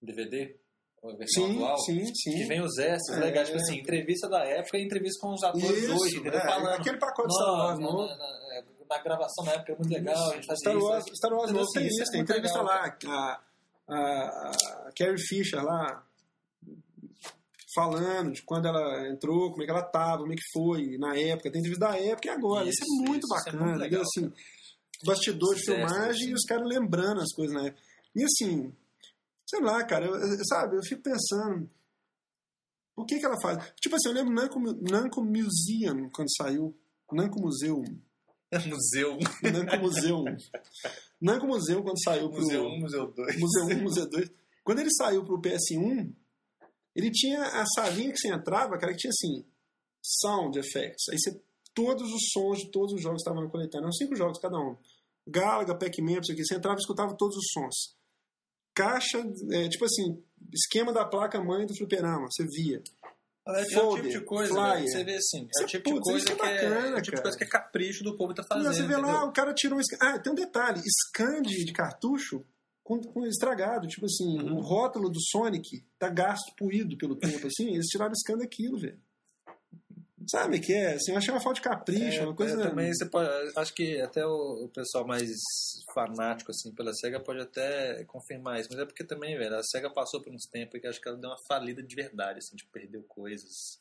DVD, a versão Sim, atual, sim, sim. que vem os extras, É. legais, tipo assim, entrevista da época e entrevista com os atores hoje, isso, entendeu? é, Falando. aquele pacote de Star Não, Wars, na, não. na, na- é, na gravação na época é muito legal, a gente fazia né?" Uhum. Star isso. Wars, Star Wars Então, novo assim, tem isso é isso, tem muito entrevista legal, lá, a, a, a Carrie Fisher lá, falando de quando ela entrou, como é que ela tava, como é que foi, na época, tem entrevista da época e agora, isso, Isso, é muito isso, isso é bacana, muito entendeu? legal, Assim, bastidor de Esses extras, filmagem assim. e os caras lembrando as coisas na época. E assim, sei lá, cara, eu- eu- sabe, eu fico pensando, o que que ela faz? Tipo assim, eu lembro Nanco, Nanco Museum, quando saiu, Nanco Museu, né? (laughs) Museu 1, Nanco é Museu. um. Nanco Museu, quando saiu pro Museu 1, Museu 2. Museu 1, Museu 2. Quando ele saiu pro PS1, ele tinha a salinha que você entrava, cara, que tinha assim, sound effects. Aí você, todos os sons de todos os jogos que estavam na coletânea, eram cinco jogos cada um. Galaga, Pac-Man, isso aqui. Você entrava e escutava todos os sons. Caixa, é, tipo assim, esquema da placa-mãe do fliperama, você via. É, o Folder, tipo de coisa, flyer. velho, que você vê assim, é Você- o tipo de putz, coisa isso que, que é bacana, é, é o tipo de cara. coisa que é capricho do povo tá fazendo. Não, você vê entendeu? lá, o cara tirou um. scan- Ah, tem um detalhe: scan de, de cartucho com, com estragado. Tipo assim, Uhum. o rótulo do Sonic tá gasto, puído pelo tempo, assim. Eles tiraram o scan daquilo, velho. Sabe o que é? Assim, eu achei uma falta de capricho, É, uma coisa. é, também você pode, acho que até o, o pessoal mais fanático assim pela Sega pode até confirmar isso, mas é porque também, velho, a Sega passou por uns tempos que acho que ela deu uma falida de verdade, assim, tipo, perdeu coisas.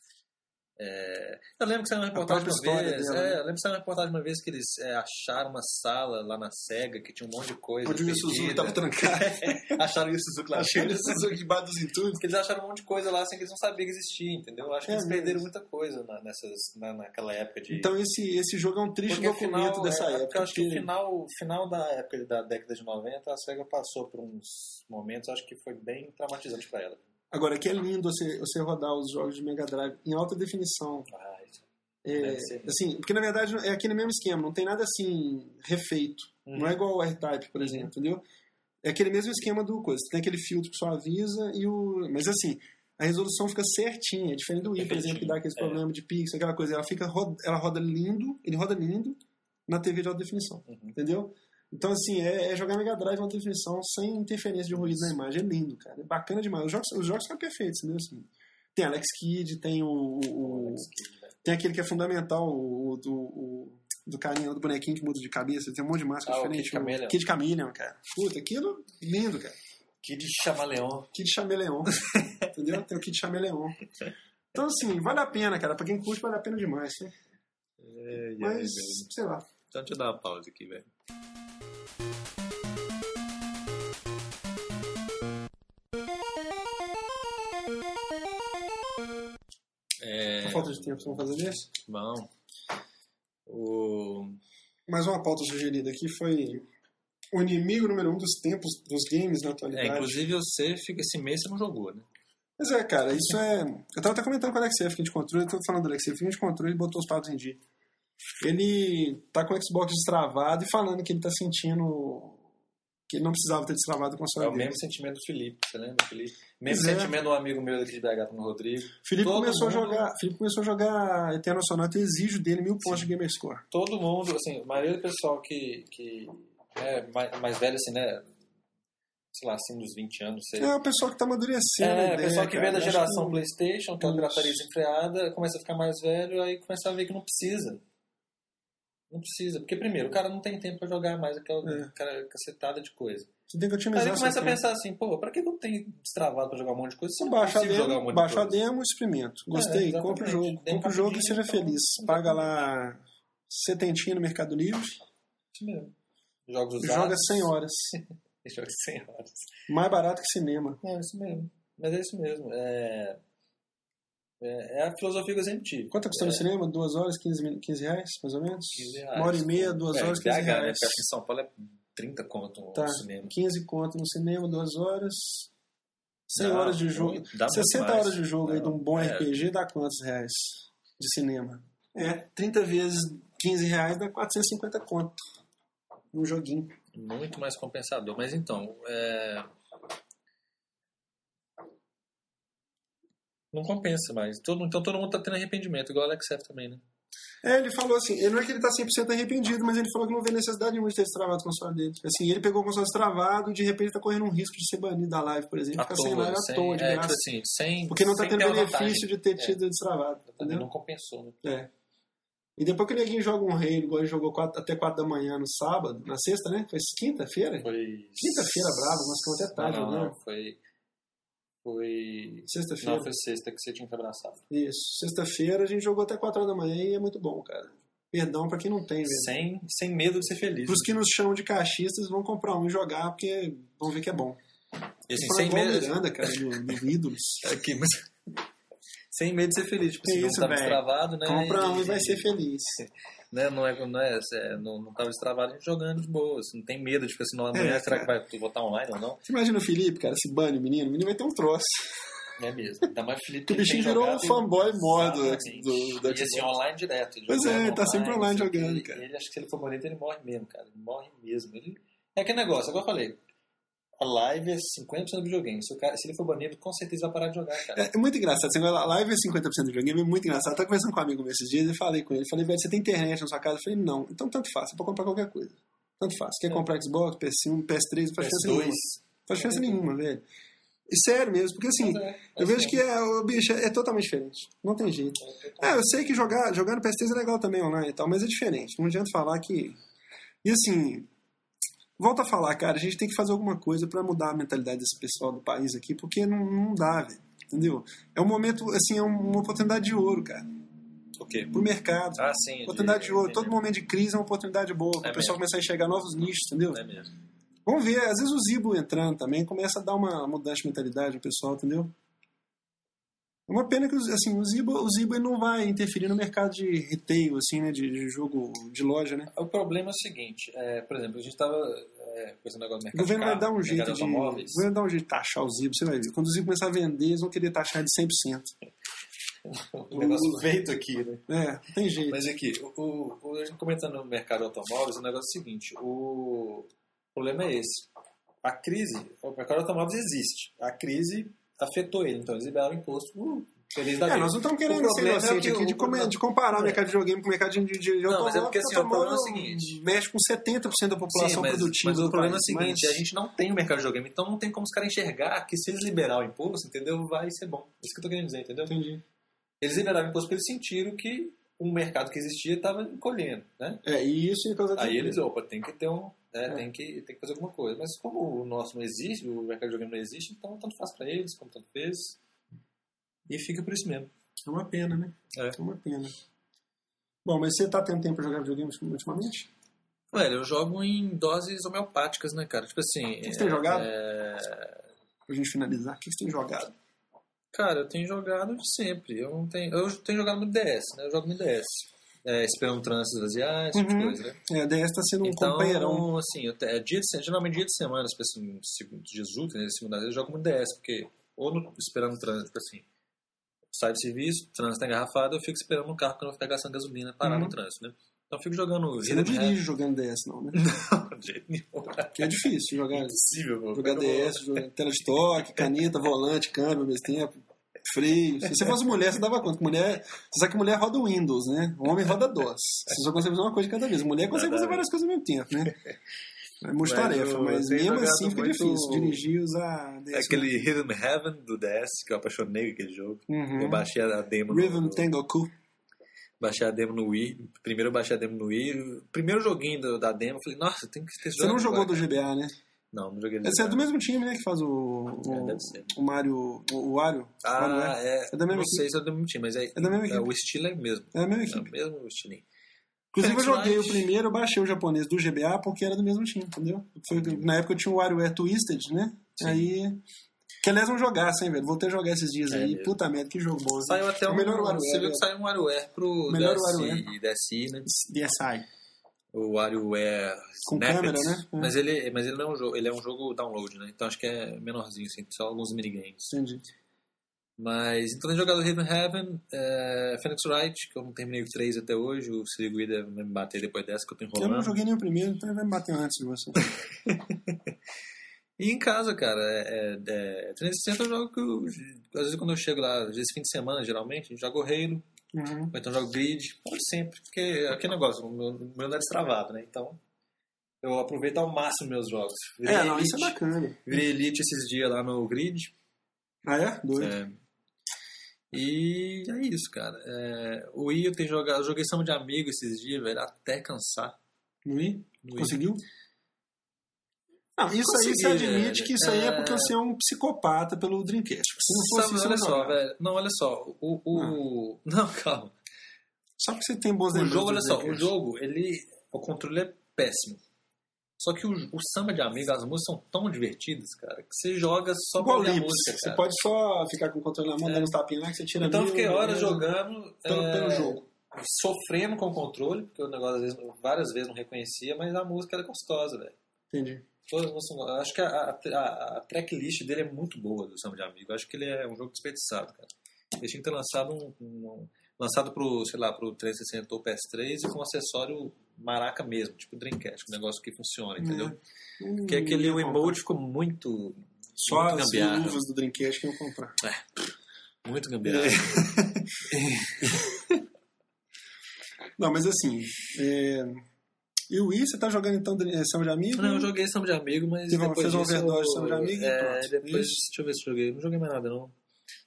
É, Eu lembro que saiu uma reportagem própria uma história vez. dela, é, né? eu lembro que saiu uma reportagem uma vez que eles é, acharam uma sala lá na SEGA que tinha um monte de coisa. Onde o Yu Suzuki perdida. tava trancado. (laughs) acharam o Suzuki (laughs) lá. Acharam o Yu Suzuki debaixo dos entulhos. Porque eles acharam um monte de coisa lá assim que eles não sabiam que existia, entendeu? Acho que É eles perderam mesmo. muita coisa na, nessas, na, naquela época de. Então esse, esse jogo é um triste Porque o documento final, dessa é, porque época. Eu acho que o porque- final, final da época da década de 90, a SEGA passou por uns momentos, acho que foi bem traumatizante pra ela. Agora, que é lindo você, você rodar os jogos de Mega Drive em alta definição. Ah, isso. É, Deve ser. assim, porque na verdade é aquele mesmo esquema, não tem nada assim refeito. Uhum. Não é igual o R-Type, por exemplo, entendeu? É aquele mesmo esquema do coisa. Você tem aquele filtro que só avisa e o. Mas assim, a resolução fica certinha, é diferente do Wii, por Perfeitinho, exemplo, que dá aqueles é. problemas de pixel, aquela coisa. Ela fica ro- ela roda lindo, ele roda lindo, na TV de alta definição. Uhum. Entendeu? Então, assim, é, é jogar Mega Drive em alta definição sem interferência de ruído na imagem. É lindo, cara. É bacana demais. Os jogos, os jogos são perfeitos, né? Assim, tem Alex Kidd, tem o, um o- o- né? Tem aquele que é fundamental, o, o- o- do carinha, do bonequinho que muda de cabeça. Tem um monte de máscara Ah, o diferente. Kid Chameleon. Kid Chameleon, cara. Puta, aquilo lindo, cara. Kid Chamaleon. Kid (laughs) Chameleon. entendeu? Tem o Kid Chameleon. Então, assim, vale a pena, cara. Pra quem curte, vale a pena demais. né? É, Mas, sei lá. Então deixa eu dar uma pausa aqui, velho. É. Por falta de tempo, vamos fazer isso. É, Bom. O... Mas uma pauta sugerida aqui foi o inimigo número um dos tempos dos games na É, atualidade. inclusive você fica esse mês você não jogou, né? Mas é, cara, isso é. Eu tava até comentando com o Alexeyev que a gente encontrou, eu tô falando do Alexeyev, que a gente encontrou, ele botou os papos em dia. Ele tá com o Xbox destravado e falando que ele tá sentindo que ele não precisava ter destravado o É console o dele. mesmo sentimento do Felipe, você lembra, Felipe? Mesmo Pois é. sentimento de um amigo meu daqui de BH, no Rodrigo. Felipe Todo começou, a mundo- jogar, Felipe começou a jogar Eterno Sonata, eu exijo dele mil pontos de Gamerscore. Todo mundo, assim, a maioria do pessoal que, que é mais, mais velho, assim, né? Sei lá, assim, dos 20 anos, sei É o pessoal que tá amadurecendo. a É, o ideia, pessoal que cara. veio da Eu acho geração que- Playstation, que é uma Isso. pirataria desenfreada, começa a ficar mais velho, aí começa a ver que não precisa. Não precisa. Porque primeiro, o cara não tem tempo pra jogar mais aquela É. cara, cacetada de coisa. Você tem que Aí otimizar ele começa seu a tempo. pensar assim, pô, pra que eu tenho destravado pra jogar um monte de coisa? Se Você eu não é baixa a consigo jogar um demo, monte baixa a de coisa. demo, experimento. Gostei, É, exatamente. compra o jogo. Demo Compra o jogo e rapidinho, seja então, feliz. Paga lá setentinha no Mercado Livre Isso mesmo. Jogos e usados. joga (laughs) 100 horas. (laughs) Joga 100 horas. Mais barato que cinema. É, isso mesmo. Mas é isso mesmo. É, é, é a filosofia que eu sempre tive. Quanto custou no É, cinema? 2 horas, 15, min- 15 reais, mais ou menos? 15 reais. Uma hora e meia, 2 É, horas, 15 BH, né? reais. Porque acho que em São Paulo é 30 conto um o Tá. cinema. 15 conto no cinema, 2 horas. 100 Não, um horas de jogo. dá muito 60 mais. horas de jogo aí de um bom É. RPG dá quantos reais de cinema? É, 30 vezes 15 reais dá 450 conto. Um joguinho. Muito mais compensador. Mas então, é, Não compensa mais. Todo, então todo mundo tá tendo arrependimento, igual o Alex F também, né? É, ele falou assim, ele não é que ele tá 100% arrependido, mas ele falou que não vê necessidade nenhuma de ter destravado o console dele. Assim, ele pegou o console destravado e de repente tá correndo um risco de ser banido da live, por exemplo, à ficar sem toa, live à sem, toa, de é, graça. tipo assim, sem, porque não tá sem tendo ter uma benefício vantagem. de ter É. tido destravado, Também entendeu? não compensou, né? É. E depois que o neguinho joga um reino, igual ele jogou quatro- até 4 da manhã no sábado, na sexta, né? Foi quinta-feira? Foi... Quinta-feira, brava, mas ficou até tarde, não, não, né? não, foi... Foi... Sexta-feira. Não, foi sexta que você tinha que abraçar. Isso. Sexta-feira a gente jogou até 4 horas da manhã e é muito bom, cara. Perdão pra quem não tem, velho. Sem, sem medo de ser feliz. Pros que nos chamam de caixistas vão comprar um e jogar, porque vão ver que é bom. e assim, Foi sem igual o medo. Miranda, (laughs) cara, do, do Ídolos. Aqui, mas... sem medo de ser feliz. Tipo, Que assim, tá isso, não tava velho. travado, É, né? Compra um e vai ser feliz. né, não é, não é, é, não, não tava destravado, a gente jogando de boa, assim, não tem medo de ficar assim, não, amanhã É, será que vai votar online ou não? Você imagina o Felipe, cara, se bane o menino, o menino vai ter um troço. É mesmo. Ainda mais Felipe Que o ele tem bichinho virou um jogado e- fanboy mó do, Exatamente. do, do E assim, online direto. ele Pois jogando é, ele tá sempre online não sei o quê. jogando, Ele- cara. Ele, acho que se ele for bonito, ele morre mesmo, cara. Ele morre mesmo. Ele... É aquele negócio, agora eu falei. A live é 50% do videogame. Se, o cara- se ele for banido, com certeza vai parar de jogar, cara. É é muito engraçado. Você vai lá, live é 50% do videogame, é muito engraçado. Eu tava conversando com um amigo meu esses dias e falei com ele. Falei, velho, você tem internet na sua casa? Eu falei, não. Então tanto faz, você pode comprar qualquer coisa. Tanto faz. É. Quer comprar Xbox, PS1, PS3, não faz diferença PS2. nenhuma. Não faz diferença nenhuma, velho. E sério mesmo, porque assim, É. Mas é, eu é vejo assim. que é, o bicho é é totalmente diferente. Não tem jeito. um, É, eu sei que jogar, jogar no PS3 é legal também online e tal, mas é diferente. Não adianta falar que. E assim, volta a falar, cara, a gente tem que fazer alguma coisa pra mudar a mentalidade desse pessoal do país aqui, porque não, não dá, velho. Entendeu? É um momento, assim, é uma oportunidade de ouro, cara. O quê? Pro mercado. Ah, sim. oportunidade de ouro. Todo mundo. momento de crise é uma oportunidade boa. Pra É o pessoal mesmo. começar a enxergar novos nichos, entendeu? né, É mesmo. Vamos ver, às vezes o Zibo entrando também começa a dar uma mudança de mentalidade no pessoal, entendeu? É uma pena que assim, o Zibo, o Zibo ele não vai interferir no mercado de retail, assim, né? De, de jogo de loja, né? O problema é o seguinte, é, por exemplo, a gente tava é, com esse negócio do mercado O governo de vai carro, dar né, um jeito mercado de. O automóveis. governo vai dar um jeito de taxar o Zibo, você vai ver. Quando o Zibo começar a vender, eles vão querer taxar de 100%. O negócio feito aqui, né? É, não tem jeito. Mas aqui, o, o, o- a gente comentando no mercado automóveis, o negócio é o seguinte, o problema é esse. A crise, o mercado automóveis existe. A crise afetou ele, então eles liberaram o imposto. Uh, Feliz da É, vida. nós não estamos querendo O ser problema é inocente que aqui o- de, come- de comparar o mercado de videogame com o mercado de, de, de Não, mas é automóvel, porque, assim, o automóvel problema é o seguinte. mexe com 70% da população Sim, mas, produtiva. mas do o problema é o país, seguinte, mas- a gente não tem o mercado de videogame, então não tem como os caras enxergar que se eles liberar o imposto, entendeu? Vai ser bom. Isso que eu tô querendo dizer, entendeu? Entendi. Eles liberaram o imposto porque eles sentiram que o mercado que existia estava encolhendo, né? É, e isso ia causar Aí tudo. eles, opa, tem que ter um... né, É. Tem, que, tem que fazer alguma coisa. Mas como o nosso não existe, o mercado de videogame não existe, então tanto faz pra eles, como tanto fez. E fica por isso mesmo. É uma pena, né? É. uma pena. Bom, mas você tá tendo tempo pra jogar videogame ultimamente? Velho, eu jogo em doses homeopáticas, né, cara? Tipo assim... que você tem jogado? é. Pra gente finalizar, o que você tem jogado? Cara, eu tenho jogado de sempre. Eu não tenho. Eu tenho jogado muito DS, né? Eu jogo muito DS. É, esperando trânsitos asiáticos, tipo de Uhum. coisa, né? É, a DS tá sendo um então, companheirão. assim, eu te- é dia de, se- geralmente dia de semana, tipo assim, segundo- dias úteis, né, segunda eu jogo muito DS, porque ou no- esperando trânsito, tipo assim, sai do serviço, o trânsito tá engarrafado, eu fico esperando no carro porque eu não vou ficar gastando gasolina parado Uhum. no trânsito, né? Então eu fico jogando Você não Rhythm dirige jogando DS, (laughs) não, né? Hack, de jeito nenhum. Porque é difícil jogar, Impossível, pô. jogar DS, jogar tela de toque, caneta, volante, câmbio ao mesmo tempo, freio. Se você fosse mulher, você dava conta. que Mulher, você sabe que mulher roda o Windows, né? O homem roda DOS. Você só consegue fazer uma coisa de cada vez. Mulher consegue fazer várias coisas ao mesmo tempo, né? É muita Mas tarefa, eu mas tenho mesmo jogado assim fica muito- difícil. Dirigir e usar DS. É aquele Rhythm Heaven do DS, que eu apaixonei aquele jogo. Uhum. Eu baixei a demo no- Rhythm no, Tengoku. baixei a demo no Wii. Primeiro eu baixei a demo no Wii. O Primeiro joguinho do- da demo, eu falei, nossa, tem que ter Você não jogou agora. do GBA, né? Não, não joguei Esse é do nada. mesmo time, né? Que faz o. É, O, deve ser. o Mario. O, o Wario. Mario, Ah, né? é. É da mesma não equipe. sei se é do mesmo time, mas é, É da mesma é, equipe. o estilo é o mesmo. É a mesma É o equipe. mesmo estilinho. Inclusive, eu Phoenix joguei o Wright. primeiro, eu baixei o japonês do GBA porque era do mesmo time, entendeu? Foi- na época eu tinha o WarioWare Twisted, né? Sim. Aí. Que aliás é um jogaço, hein, velho? Voltei a jogar esses dias É aí. mesmo. Puta merda, que jogo bom. né? Saiu até o um. melhor WarioWare. você viu né? que saiu um WarioWare pro Melhor DSi, WarioWare. DSi, né? DSi. O WarioWare Com Snippets. câmera, né? É. Mas, ele, mas ele não é um jogo, ele é um jogo download, né? Então acho que é menorzinho, assim, só alguns minigames. Entendi. Mas então tem jogado Raven Heaven, é, Phoenix Wright, que eu não terminei o 3 até hoje, o Siriguí deve me bater depois dessa que eu tô Eu não enrolando. joguei nem o primeiro, então ele vai me bater antes de você. E em casa, cara, é, é, é 360 eu jogo que eu, às vezes quando eu chego lá, esse fim de semana geralmente, eu jogo Halo, Uhum. ou então jogo Grid, como sempre, porque é aquele negócio, o meu, o meu não é destravado, né? Então eu aproveito ao máximo meus jogos. Virei É, não, isso é Elite, bacana. virei Elite esses dias lá no Grid, Ah, é? Doido. É. E é isso, cara. É, o Wii eu tenho jogado, eu joguei Samba de Amigo esses dias, velho, até cansar. Não ia? no Wii. Conseguiu? Não, isso aí Consegui, você admite velho. que isso aí é É. porque você é um psicopata pelo Dreamcast. Se não fosse Sabe, isso, olha você só, jogava. velho. Não, olha só. O, Ah. o- Não, calma. Só porque você tem boas O lembranças jogo, do olha só, o Dreamcast. jogo, ele. O controle é péssimo. Só que o, o samba de amigo, as músicas são tão divertidas, cara, que você joga só pra Igual ouvir a Lips. música, você cara. pode só ficar com o controle na mão, É. dando uns tapinhos lá que você tira Então eu mil, fiquei horas beleza. jogando Pelo- é, pelo jogo. sofrendo com o controle, porque o negócio às vezes, várias vezes não reconhecia, mas a música era gostosa, velho. Entendi. Todas as músicas são- eu acho que a, a, a, a tracklist dele é muito boa do Samba de Amigo. Eu acho que ele é um jogo desperdiçado, cara. Ele tinha que ter lançado um, um- lançado pro, sei lá, pro 360 ou PS3 e com um acessório maraca mesmo, tipo Dreamcast, um negócio que funciona, entendeu? Hum, Porque é aquele eu ia comprar. emote ficou muito Só muito as gambiarra. luvas do Dreamcast que eu ia comprar. muito gambiarra. Não, mas assim. É... E o Wii, você tá jogando então Dream- eh, Samba de Amigo? Não, eu joguei Samba de Amigo, mas Teve uma- depois fez uma disso overdose de eu- um Samba de Amigo e é, pronto. depois, Isso. deixa eu ver se eu joguei. Não joguei mais nada, não.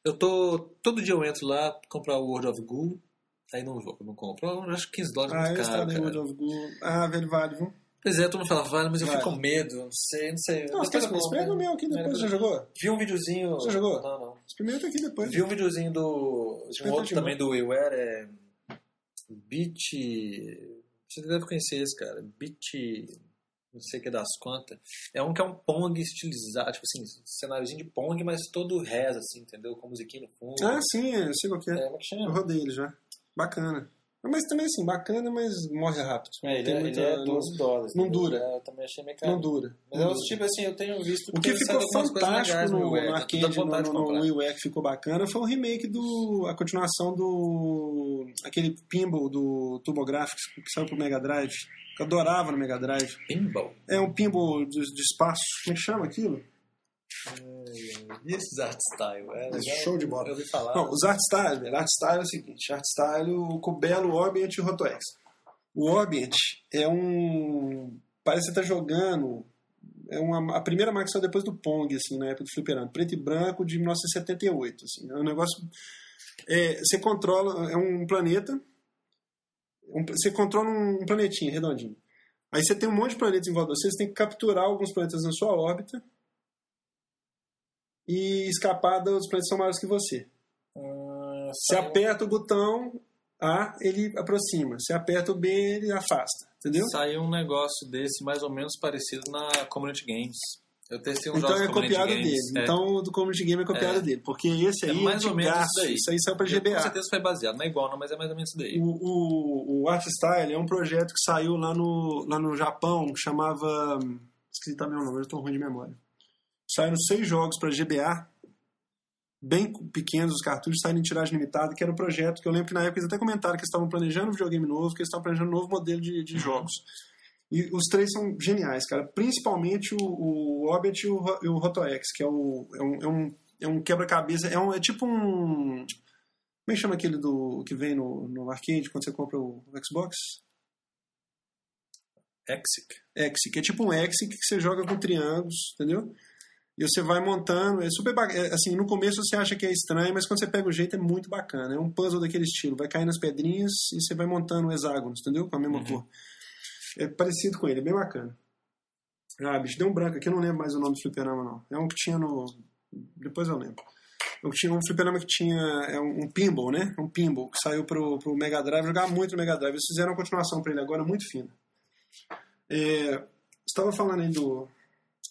Eu tô... Todo dia eu entro lá comprar o World of Goo. Aí não, vou- não compro. Eu acho que 15 dólares é Ah, eu muito caro, instalei o cara. World of Goo. Ah, velho, vale, viu? Pois é, todo mundo fala, vale, mas eu Vale. fico com medo. Não sei, não sei. Não, Depois esquece eu com isso. compro. Pega o meu aqui depois. Depois Já jogou? né? Vi um videozinho... Você jogou? Não, não. Experimenta aqui depois. Vi um videozinho do... De um Espeta outro é. de também do WiiWare, é... Beat... Você deve conhecer esse, cara. Beat... Não sei o que das quantas. É um que é um Pong estilizado, tipo assim, cenáriozinho de Pong, mas todo reza, assim, entendeu? Com musiquinha no fundo. Ah, sim, eu sei qual que é. É, como é que Eu chama? rodei ele já. Bacana. Mas também assim, bacana, mas morre rápido. É, ele, Tem é, muita- ele é 12 dólares. não entendeu? dura. É, Eu também achei meio caro. Não dura. Mas Não eu, dura. tipo assim, eu tenho visto O que tem ficou saído algumas coisas fantástico legais no, Wii, no tá tudo dando arcade, no, vontade de no, comprar. no WiiWare que ficou bacana, foi o remake do... a continuação do... aquele pinball do TurboGrafx que saiu pro Mega Drive. que Eu adorava no Mega Drive. Pinball. É um pinball de, de espaço. Como é que chama aquilo? E esses art style? É Mas legal? show de bola. Eu ouvi falar. Não, os art style, velho. Art style é o seguinte: art style, o Cubelo, o Ambient e o Rotoex. O Ambient é um. Parece que você tá jogando. É uma, a primeira máquina saiu depois do Pong, assim, na época do fliperama. Preto e branco de 1978. Assim, é um negócio. é, você controla. É um planeta. um- você controla um planetinho redondinho. Aí você tem um monte de planetas em volta de você, você tem que capturar alguns planetas na sua órbita e escapar dos planetas que são maiores que você. Ah, Você saiu- aperta o botão A, ele aproxima. Você aperta o B, ele afasta. Entendeu? Saiu um negócio desse mais ou menos parecido na Community Games. Eu testei uns Então jogos é de Community copiado Games. dele. é. Então o do Community Game é copiado dele. Porque esse É aí mais ou menos antigaço, isso daí. Isso aí saiu pra Com GBA. certeza foi baseado. Não é igual, não, mas é mais ou menos isso daí. O, o, o Art Style é um projeto que saiu lá no, lá no Japão, que chamava. hum, Esqueci também o nome, eu tô ruim de memória. Saíram seis jogos pra GBA, bem pequenos os cartuchos, saíram em tiragem limitada, que era um projeto que eu lembro que na época eles até comentaram que eles estavam planejando um videogame novo, que eles estavam planejando um novo modelo de, de jogos. E os três são geniais, cara. Principalmente o, o Orbit e o, Ro- e o Rotoex, que é, o, é um, é um, é um quebra-cabeça. É, um, é tipo um. Como é que chama aquele do, que vem no, no arcade quando você compra o Xbox? Exic. Exic. É tipo um Exic que você joga com triângulos, entendeu? E você vai montando. É super bacana. Assim, no começo você acha que é estranho, mas quando você pega o jeito é muito bacana. É um puzzle daquele estilo. Vai caindo as pedrinhas e você vai montando hexágonos, entendeu? Com a mesma cor. É parecido com ele, é bem bacana. Ah, bicho, deu um branco aqui, eu não lembro mais o nome do fliperama, não. É um que tinha no. Depois eu lembro. Eu tinha um fliperama que tinha. É um, um pinball, né? Um pinball que saiu pro, pro Mega Drive. Eu Jogava muito no Mega Drive. Eles fizeram uma continuação pra ele agora, muito fina. É, você estava falando aí do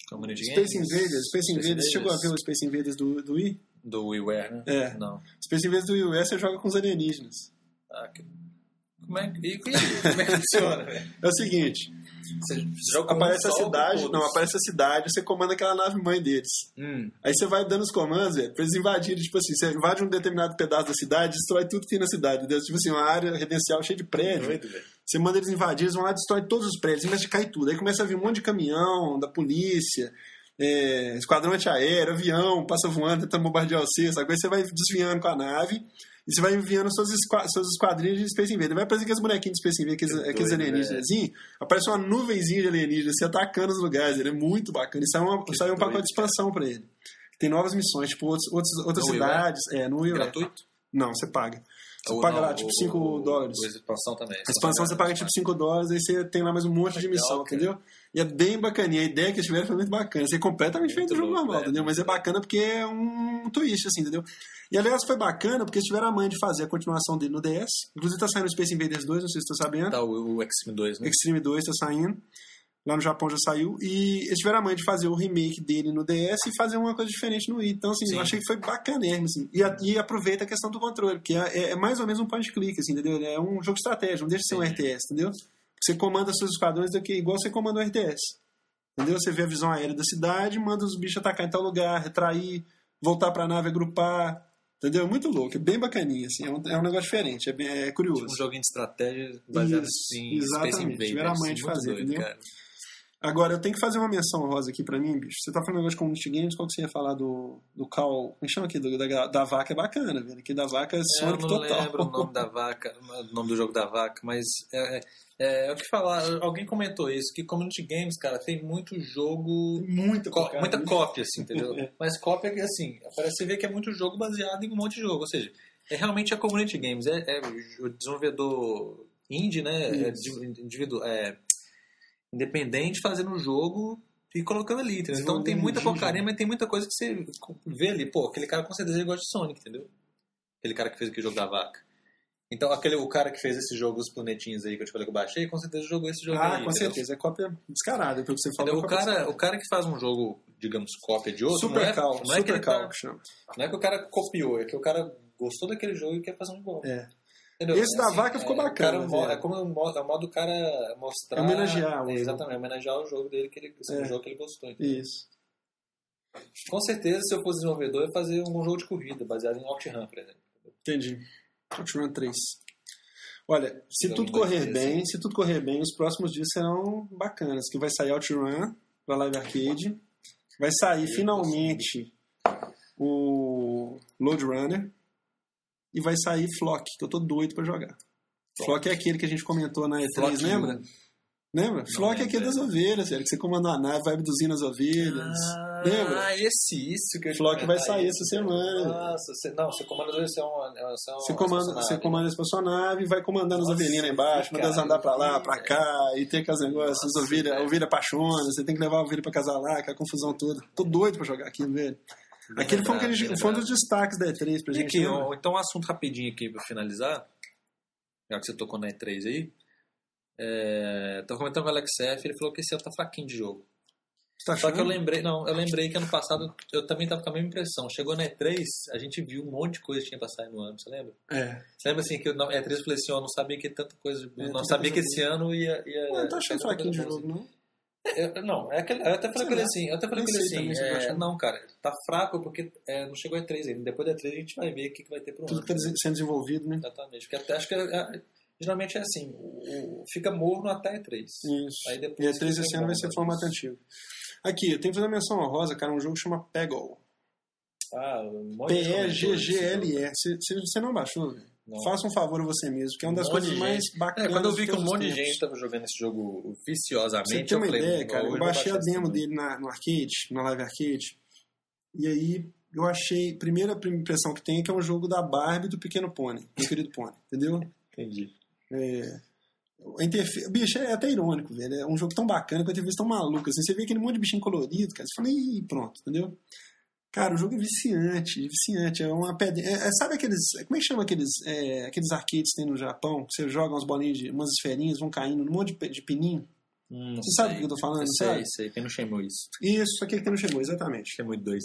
Community Space Games. Invaders. Space Invaders. Você chegou a ver o Space Invaders do, do Wii? Do WiiWare, né? É. Não. Space Invaders do Wii U, você joga com os alienígenas. Ah, que- Como é que, e- e- como é que funciona, velho? É o seguinte: Você joga com um aparece a só ou com cidade, todos? não, aparece a cidade, você comanda aquela nave mãe deles. Hum. Aí você vai dando os comandos, velho, pra eles invadirem, tipo assim, você invade um determinado pedaço da cidade, destrói tudo que tem na cidade, entendeu? Tipo assim, uma área residencial cheia de prédio. Doido, velho. Você manda eles invadir, eles vão lá, destrói todos os prédios, começa a cair tudo. Aí começa a vir um monte de caminhão, da polícia, é, esquadrão antiaéreo, avião, passa voando, tentando bombardear você, sabe? Aí você vai desviando com a nave. E você vai enviando suas, esqua suas esquadrinhas de Space Invader. Vai aparecer aqueles bonequinhos de Space Invader, aqueles, doido, né? aqueles alienígenas. assim. Aparece uma nuvenzinha de alienígenas, se atacando os lugares. Ele é muito bacana. E sai, uma- Que sai um pacote doido, de expansão pra ele. Tem novas missões, tipo outros, outros- outras No Will, né? cidades. É, no Will. é. Gratuito? Não, você paga. Você Ou paga não, lá, tipo, o- 5 o- dólares. o Expansão também. A expansão você paga tipo 5 dólares, aí você tem lá mais um monte de né? Legal, missão, cara. entendeu? E é bem bacaninha. A ideia que eles tiveram foi muito bacana. Isso é completamente diferente do Muito jogo louco, normal, né? entendeu? Mas é bacana porque é um twist, assim, entendeu? E aliás, foi bacana porque eles tiveram a mãe de fazer a continuação dele no DS. Inclusive tá saindo o Space Invaders 2, não sei se você tá sabendo. Tá, o, o X-Men 2, né? Extreme 2 tá saindo. Lá no Japão já saiu. E eles tiveram a mãe de fazer o remake dele no DS e fazer uma coisa diferente no Wii. Então, assim, Sim. eu achei que foi bacanérrimo, assim. E, a- e aproveita a questão do controle, porque é, é mais ou menos um point click, assim, entendeu? Ele É um jogo estratégico, não deixa de ser um Sim. RTS, entendeu? Você comanda seus esquadrões daqui, igual você comanda um RTS. Entendeu? Você vê a visão aérea da cidade, manda os bichos atacar em tal lugar, retrair, voltar pra nave, agrupar. Entendeu? É muito louco, é bem bacaninha, assim. É um, é um negócio diferente, é, bem- é curioso. Um joguinho de estratégia baseado Isso, em Space exatamente. Invaders. assim, Tiveram a mãe de Muito fazer, doido, entendeu? cara. Agora, eu tenho que fazer uma menção rosa aqui pra mim, bicho. Você tá falando agora de Community Games, qual que você ia falar do, do Cal... Como chama aqui? Do, da, da vaca é bacana, velho. Aqui da vaca é Sonic eu não total. lembro o nome da vaca, o nome do jogo da vaca, mas é, é, é, é o que falar. Alguém comentou isso, que Community Games, cara, tem muito jogo. Muito co- bacana, muita né? cópia, assim, (laughs) entendeu? É. Mas cópia que, assim, parece você vê que é muito jogo baseado em um monte de jogo. Ou seja, é realmente a Community Games. É, é o desenvolvedor indie, né? É, Isso. di- indivíduo, é, independente fazendo um jogo e colocando ali, entendeu? Então tem muita Desenvolvendo porcaria, mas tem muita coisa que você vê ali. Pô, aquele cara com certeza ele gosta de Sonic, entendeu? Aquele cara que fez aquele jogo da vaca. Então, aquele, o cara que fez esse jogo dos planetinhos aí que eu te falei que eu baixei, com certeza jogou esse jogo aí. Ah, com entendeu? certeza. É cópia descarada, pelo que você falou. Entendeu? O é cópia cara, o cara que faz um jogo, digamos, cópia de outro, Super não é, Cal, não é que Super ele Cal tá- que chama. não é que o cara copiou, é que o cara gostou daquele jogo e quer fazer um igual. É. Entendeu? Esse da vaca ficou o cara bacana, mo- né? É como é o modo, é o modo do cara mostrar. É homenagear o é, jogo. Exatamente, é homenagear o jogo dele, que ele, É. o jogo que ele gostou. entendeu? Isso. Com certeza, se eu fosse desenvolvedor, eu ia fazer um jogo de corrida, baseado em OutRun, por exemplo. Entendi. Outrun 3. Olha, se Então, tudo vai correr ser bem, se tudo correr bem, os próximos dias serão bacanas. Que vai sair Outrun pra Live Arcade. Vai sair finalmente o Load Runner e vai sair Flock, que eu tô doido pra jogar. Flock é aquele que a gente comentou na E3, Flock, lembra? né? Lembra? Flock é lembro, aquele é. das ovelhas, velho, que você comanda a nave, vai abduzindo as ovelhas. Lembra? Ah, esse, isso que eu Flock vai sair isso. essa semana. Nossa, você, não, você comanda dois, você é um. Você, é um Você comanda, você funcionário. comanda essa sua nave, vai comandando as Nossa, ovelhinhas lá embaixo, manda elas cara, andar pra lá, velho. pra cá, e tem aqueles negócios, as Nossa, ovelhas, velho. ovelha apaixona, você tem que levar a ovelha pra casar lá, aquela confusão toda. Tô doido pra jogar aquilo, velho. Aquele foi, um que a gente- É Verdade, foi um dos destaques da E3 pra gente. E né? aqui, lembra? ó, então um assunto rapidinho aqui pra finalizar. Já que você tocou na E3 aí. É, tô comentando com o Alex F, ele falou que esse ano tá fraquinho de jogo. Tá Só que eu achando? lembrei, não, eu lembrei que ano passado eu também tava com a mesma impressão. Chegou na E3, a gente viu um monte de coisa que tinha pra sair no ano, você lembra? É. Você lembra assim que eu, na E3 eu falei assim, ó, não sabia que tanta coisa. É, não tanta sabia que coisa esse ano ia. ia Não, eu tô achando ia sair fraquinho de tanta é coisa. jogo, não. É, não, é aquele, eu até Sei falei com ele lá. assim, eu até falei Nem com ele sei também assim, se eu tô é, achando. não, cara, tá fraco porque é, não chegou a E3 ainda. Depois da E3 a gente vai ver o que, que vai ter pro Tudo ano. que tá desen- sendo desenvolvido, né? Exatamente. Porque até, acho que é, é, geralmente é assim, o, o- fica morno até E3. Isso. Aí E depois a 3 esse fica ano bom, vai ser mas- formato antigo. Aqui, eu tenho que fazer uma menção honrosa, cara, um jogo que chama Peggle. Ah, um monte de comentários desse jogo. P-E-G-G-L-E. Você- Você você não baixou, velho? Não. Faça um favor a você mesmo, que é uma das Um monte coisas de mais É, bacanas. quando eu vi de que um todos os monte de tempos. gente tava jogando esse jogo Pra Você viciosamente, ter eu uma falei, ideia, não, cara, hoje eu vou baixei a baixar esse demo jogo. dele na, no arcade, na live arcade, e aí eu achei, primeira impressão que tem é que é um jogo da Barbie do pequeno pônei, do querido pônei, entendeu? Entendi. A interfe- Bicho, é até irônico, velho. É um jogo tão bacana, com a interface tão maluca. Assim. Você vê aquele monte de bichinho colorido, cara. Você fala, ih, pronto, entendeu? Cara, o jogo é viciante, viciante. É uma pedra. é- é- sabe aqueles. Como é que chama aqueles, é, aqueles arcades que tem no Japão? Que você joga umas bolinhas, de, umas esferinhas, vão caindo num monte de, pe- de pininho. Hum, Você sei. sabe do que eu tô falando, Eu sabe? Sei, sei. Quem não chamou isso? Isso, aquele que não chegou, exatamente. Chamou de dois.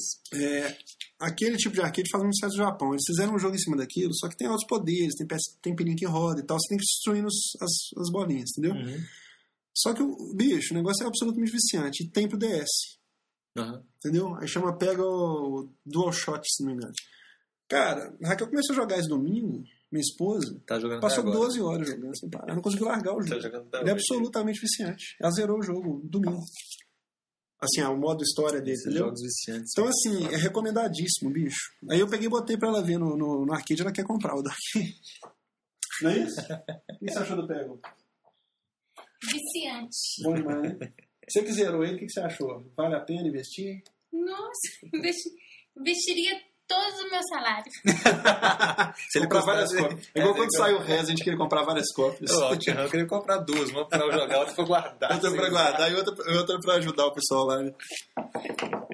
aquele tipo de arcade faz muito sucesso no Japão. Eles fizeram um jogo em cima daquilo, só que tem outros poderes, tem, peça- tem pininho que roda e tal. Você tem que destruir as, as bolinhas, entendeu? Uhum. Só que, o bicho, o negócio é absolutamente viciante. E tem pro DS, Aham. entendeu? Aí chama pega o Dual Shot, se não me engano. Cara, a Raquel começou a jogar esse domingo, minha esposa. Tá jogando até Passou agora. 12 horas jogando sem parar. Não conseguiu largar o Tá jogo. jogando até Ele é hoje. absolutamente viciante. Ela zerou o jogo domingo. Assim, é o modo história dele, Esses entendeu? jogos viciantes. Então, assim, é recomendadíssimo, bicho. Aí eu peguei e botei pra ela ver no, no, no arcade, ela quer comprar o da arcade. Não é isso? O que você achou do Pego? Viciante. Bom demais, né? Você que zerou ele, o que que você achou? Vale a pena investir? Nossa, (laughs) investi- investiria todo o meu salário. Se ele comprar várias cópias. É igual quando saiu o Rez, a gente queria comprar várias cópias. Ó, (laughs) o Tião queria comprar duas, uma pra eu jogar, outra pra eu guardar. assim. Outra pra guardar e outra, outra pra ajudar o pessoal lá. né?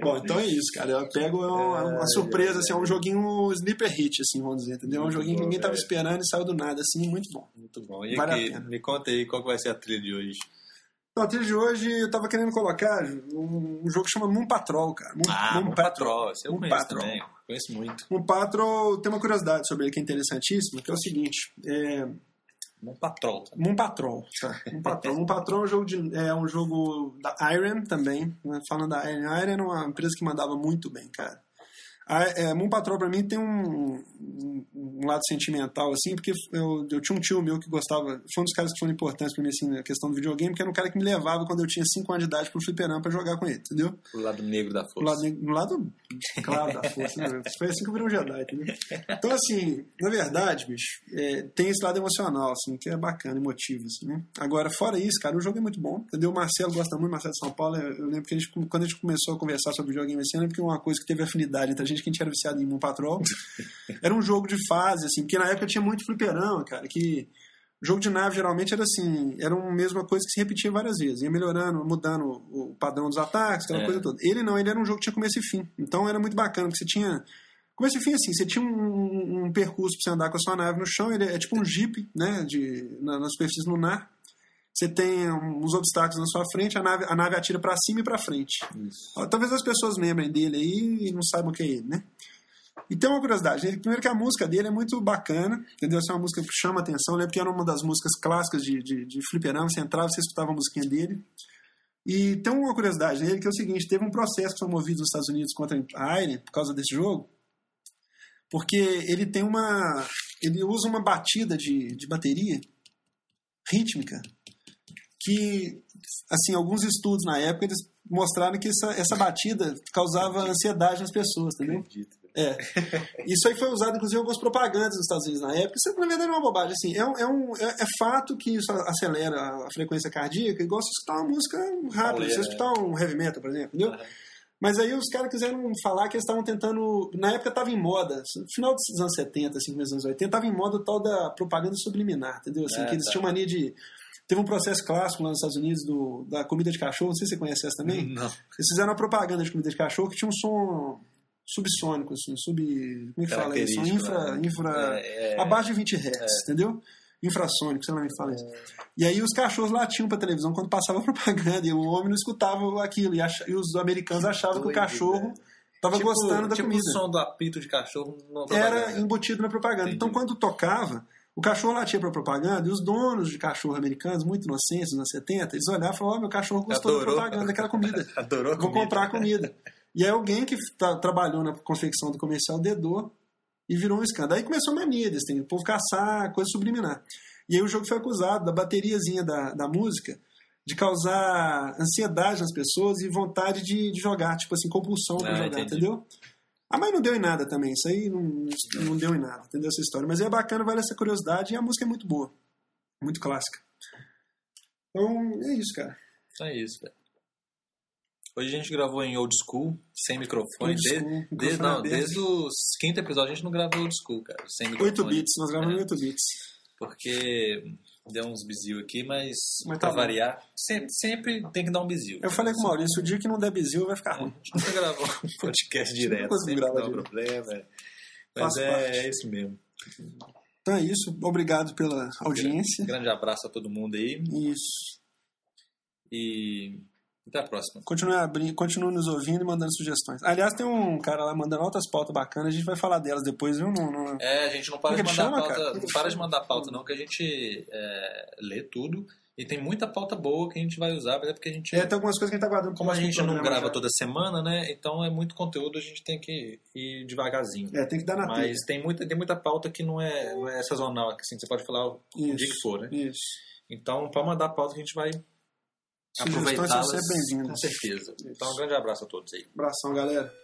Bom, então é isso, cara. Eu pego é uma, uma surpresa, assim, é um joguinho sleeper hit, assim, vamos dizer, entendeu? É um Muito joguinho que bom, ninguém tava velho. esperando e saiu do nada, assim, muito bom. Muito bom. E Vale a aqui, pena. me conta aí qual que vai ser a trilha de hoje. Então, a trilha de hoje eu tava querendo colocar um, um jogo que chama Moon Patrol, cara. Moon, Ah, um patrol. Eu Moon conheço Patrol. também. Conheço muito. Moon Patrol tem uma curiosidade sobre ele que é interessantíssima, que é o seguinte. É, Um patrol. Moon Patrol. Tá. Moon Patrol. Moon Patrol é um jogo, de- é um jogo da Iron também. né? Falando da Iron, a Iron era uma empresa que mandava muito bem, cara. A, é, Moon Patrol pra mim tem um, um- um lado sentimental, assim, porque eu, eu tinha um tio meu que gostava, foi um dos caras que foram importantes pra mim, assim, na questão do videogame, que era um cara que me levava quando eu tinha 5 anos de idade pro fliperama pra jogar com ele, entendeu? O lado negro da No força. lado, no lado claro da força, né? Foi assim que eu virei um Jedi, entendeu? Então, assim, na verdade, bicho, é, tem esse lado emocional, assim, que é bacana, emotivo, assim, né? Agora, fora isso, cara, o jogo é muito bom, entendeu? O Marcelo gosta muito, o Marcelo de São Paulo, eu eu lembro que a gente, quando a gente começou a conversar sobre videogame assim, eu lembro que uma coisa que teve afinidade entre a gente, que a gente era viciado em um Moon Patrol, era um jogo de fase, assim, porque na época tinha muito fliperama, cara, que... Jogo de nave geralmente era assim, era a mesma coisa que se repetia várias vezes, ia melhorando, mudando o padrão dos ataques, aquela É. coisa toda. Ele não, ele era um jogo que tinha começo e fim. Então era muito bacana, porque você tinha. Começo e fim assim, você tinha um, um- um percurso pra você andar com a sua nave no chão, ele é tipo um jeep, né, de, na, na superfície lunar. Você tem uns obstáculos na sua frente, a nave, a nave atira pra cima e pra frente. Isso. Talvez as pessoas lembrem dele aí e não saibam o que é ele, né? E tem uma curiosidade, né? primeiro que a música dele é muito bacana, entendeu? Essa é uma música que chama atenção, né? Porque era uma das músicas clássicas de, de, de fliperama, você entrava, você escutava a musiquinha dele. E tem uma curiosidade nele que é o seguinte, teve um processo que foi movido nos Estados Unidos contra a Iron por causa desse jogo, porque ele tem uma... ele usa uma batida de, de bateria rítmica que que assim alguns estudos na época eles mostraram que essa, essa batida causava ansiedade nas pessoas, entendeu? É. Isso aí foi usado, inclusive, em algumas propagandas nos Estados Unidos na época. Isso, na verdade, é uma bobagem. Assim, é, um, é, um, é, é fato que isso acelera a frequência cardíaca, igual se escutar uma música rápida, Pauleira, é. se escutar um heavy metal, por exemplo, entendeu? Aham. Mas aí os caras quiseram falar que eles estavam tentando. Na época estava em moda, no final dos anos 70, assim, começo dos anos 80, estava em moda o tal da propaganda subliminar, entendeu? Assim, É, que eles tá. tinham mania de. Teve um processo clássico lá nos Estados Unidos do, da comida de cachorro, não sei se você conhece essa também. Não. Eles fizeram uma propaganda de comida de cachorro que tinha um som subsônico, assim, sub. Como é que fala isso? Um Característico, infra. né? infra É, é, abaixo de 20 Hz, entendeu? Infrassônico, sei lá me fala isso. É. E aí os cachorros latiam pra televisão quando passava (laughs) propaganda e o homem não escutava aquilo. E, ach- e os americanos achavam que o Doido, cachorro né? tava Tipo- gostando da tipo comida. o som do apito de cachorro não Era embutido na propaganda. Entendi. Então quando tocava, o cachorro latia pra propaganda e os donos de cachorro americanos, muito inocentes, nos anos 70, eles olhavam e falavam: Ó, meu cachorro gostou Adorou. da propaganda daquela comida. Adorou a Vou comida. comprar a (laughs) comida. E aí alguém que tá- trabalhou na confecção do comercial dedou e virou um escândalo. Aí começou a mania desse tem o povo caçar, coisa subliminar. E aí o jogo foi acusado da bateriazinha da, da música de causar ansiedade nas pessoas e vontade de, de jogar, tipo assim, compulsão pra Ah, jogar, entendi. entendeu? Ah, mas não deu em nada também, isso aí não, não deu em nada, entendeu essa história. Mas é bacana, vale essa curiosidade e a música é muito boa, muito clássica. Então, é isso, cara. É isso, velho. Hoje a gente gravou em old school, sem microfone. Old Desde- school, desde- microfone não, aberto. desde o quinto episódio a gente não gravou old school, cara. Sem microfone. 8 bits, nós gravamos É. em 8 bits. Porque deu uns bizil aqui, mas, Mas tá pra bom. variar, sempre, sempre tem que dar um bizil. Eu falei com o Maurício, o dia que não der bizil vai ficar A ruim. gente nunca gravou um (laughs) podcast direto, consigo sempre gravar dá um direto. problema. é. Mas Faz é, parte. é isso mesmo. Então é isso, obrigado pela audiência. Grande abraço a todo mundo aí Isso. e até a próxima. Continue, abrindo, continue nos ouvindo e mandando sugestões. Aliás, tem um cara lá mandando altas pautas bacanas, a gente vai falar delas depois, viu? Não, não- É, a gente não para Como de que mandar ele chama, pauta. cara? Não para de mandar pauta, não, que a gente é, lê tudo. E tem muita pauta boa que a gente vai usar, mas é porque a gente. É, tem algumas coisas que a gente tá guardando. pro como a próximo gente não programa grava já. toda semana, né? Então é muito conteúdo, a gente tem que ir devagarzinho. É, tem que dar na telha. Mas tem muita, tem muita pauta que não é, não é sazonal, que, assim, você pode falar o Isso. dia que for, né? Isso. Então, pode mandar pauta que a gente vai Sugestões são aproveitá-las sempre com bem-vindas. certeza. Então, um grande abraço a todos aí. Abração, galera.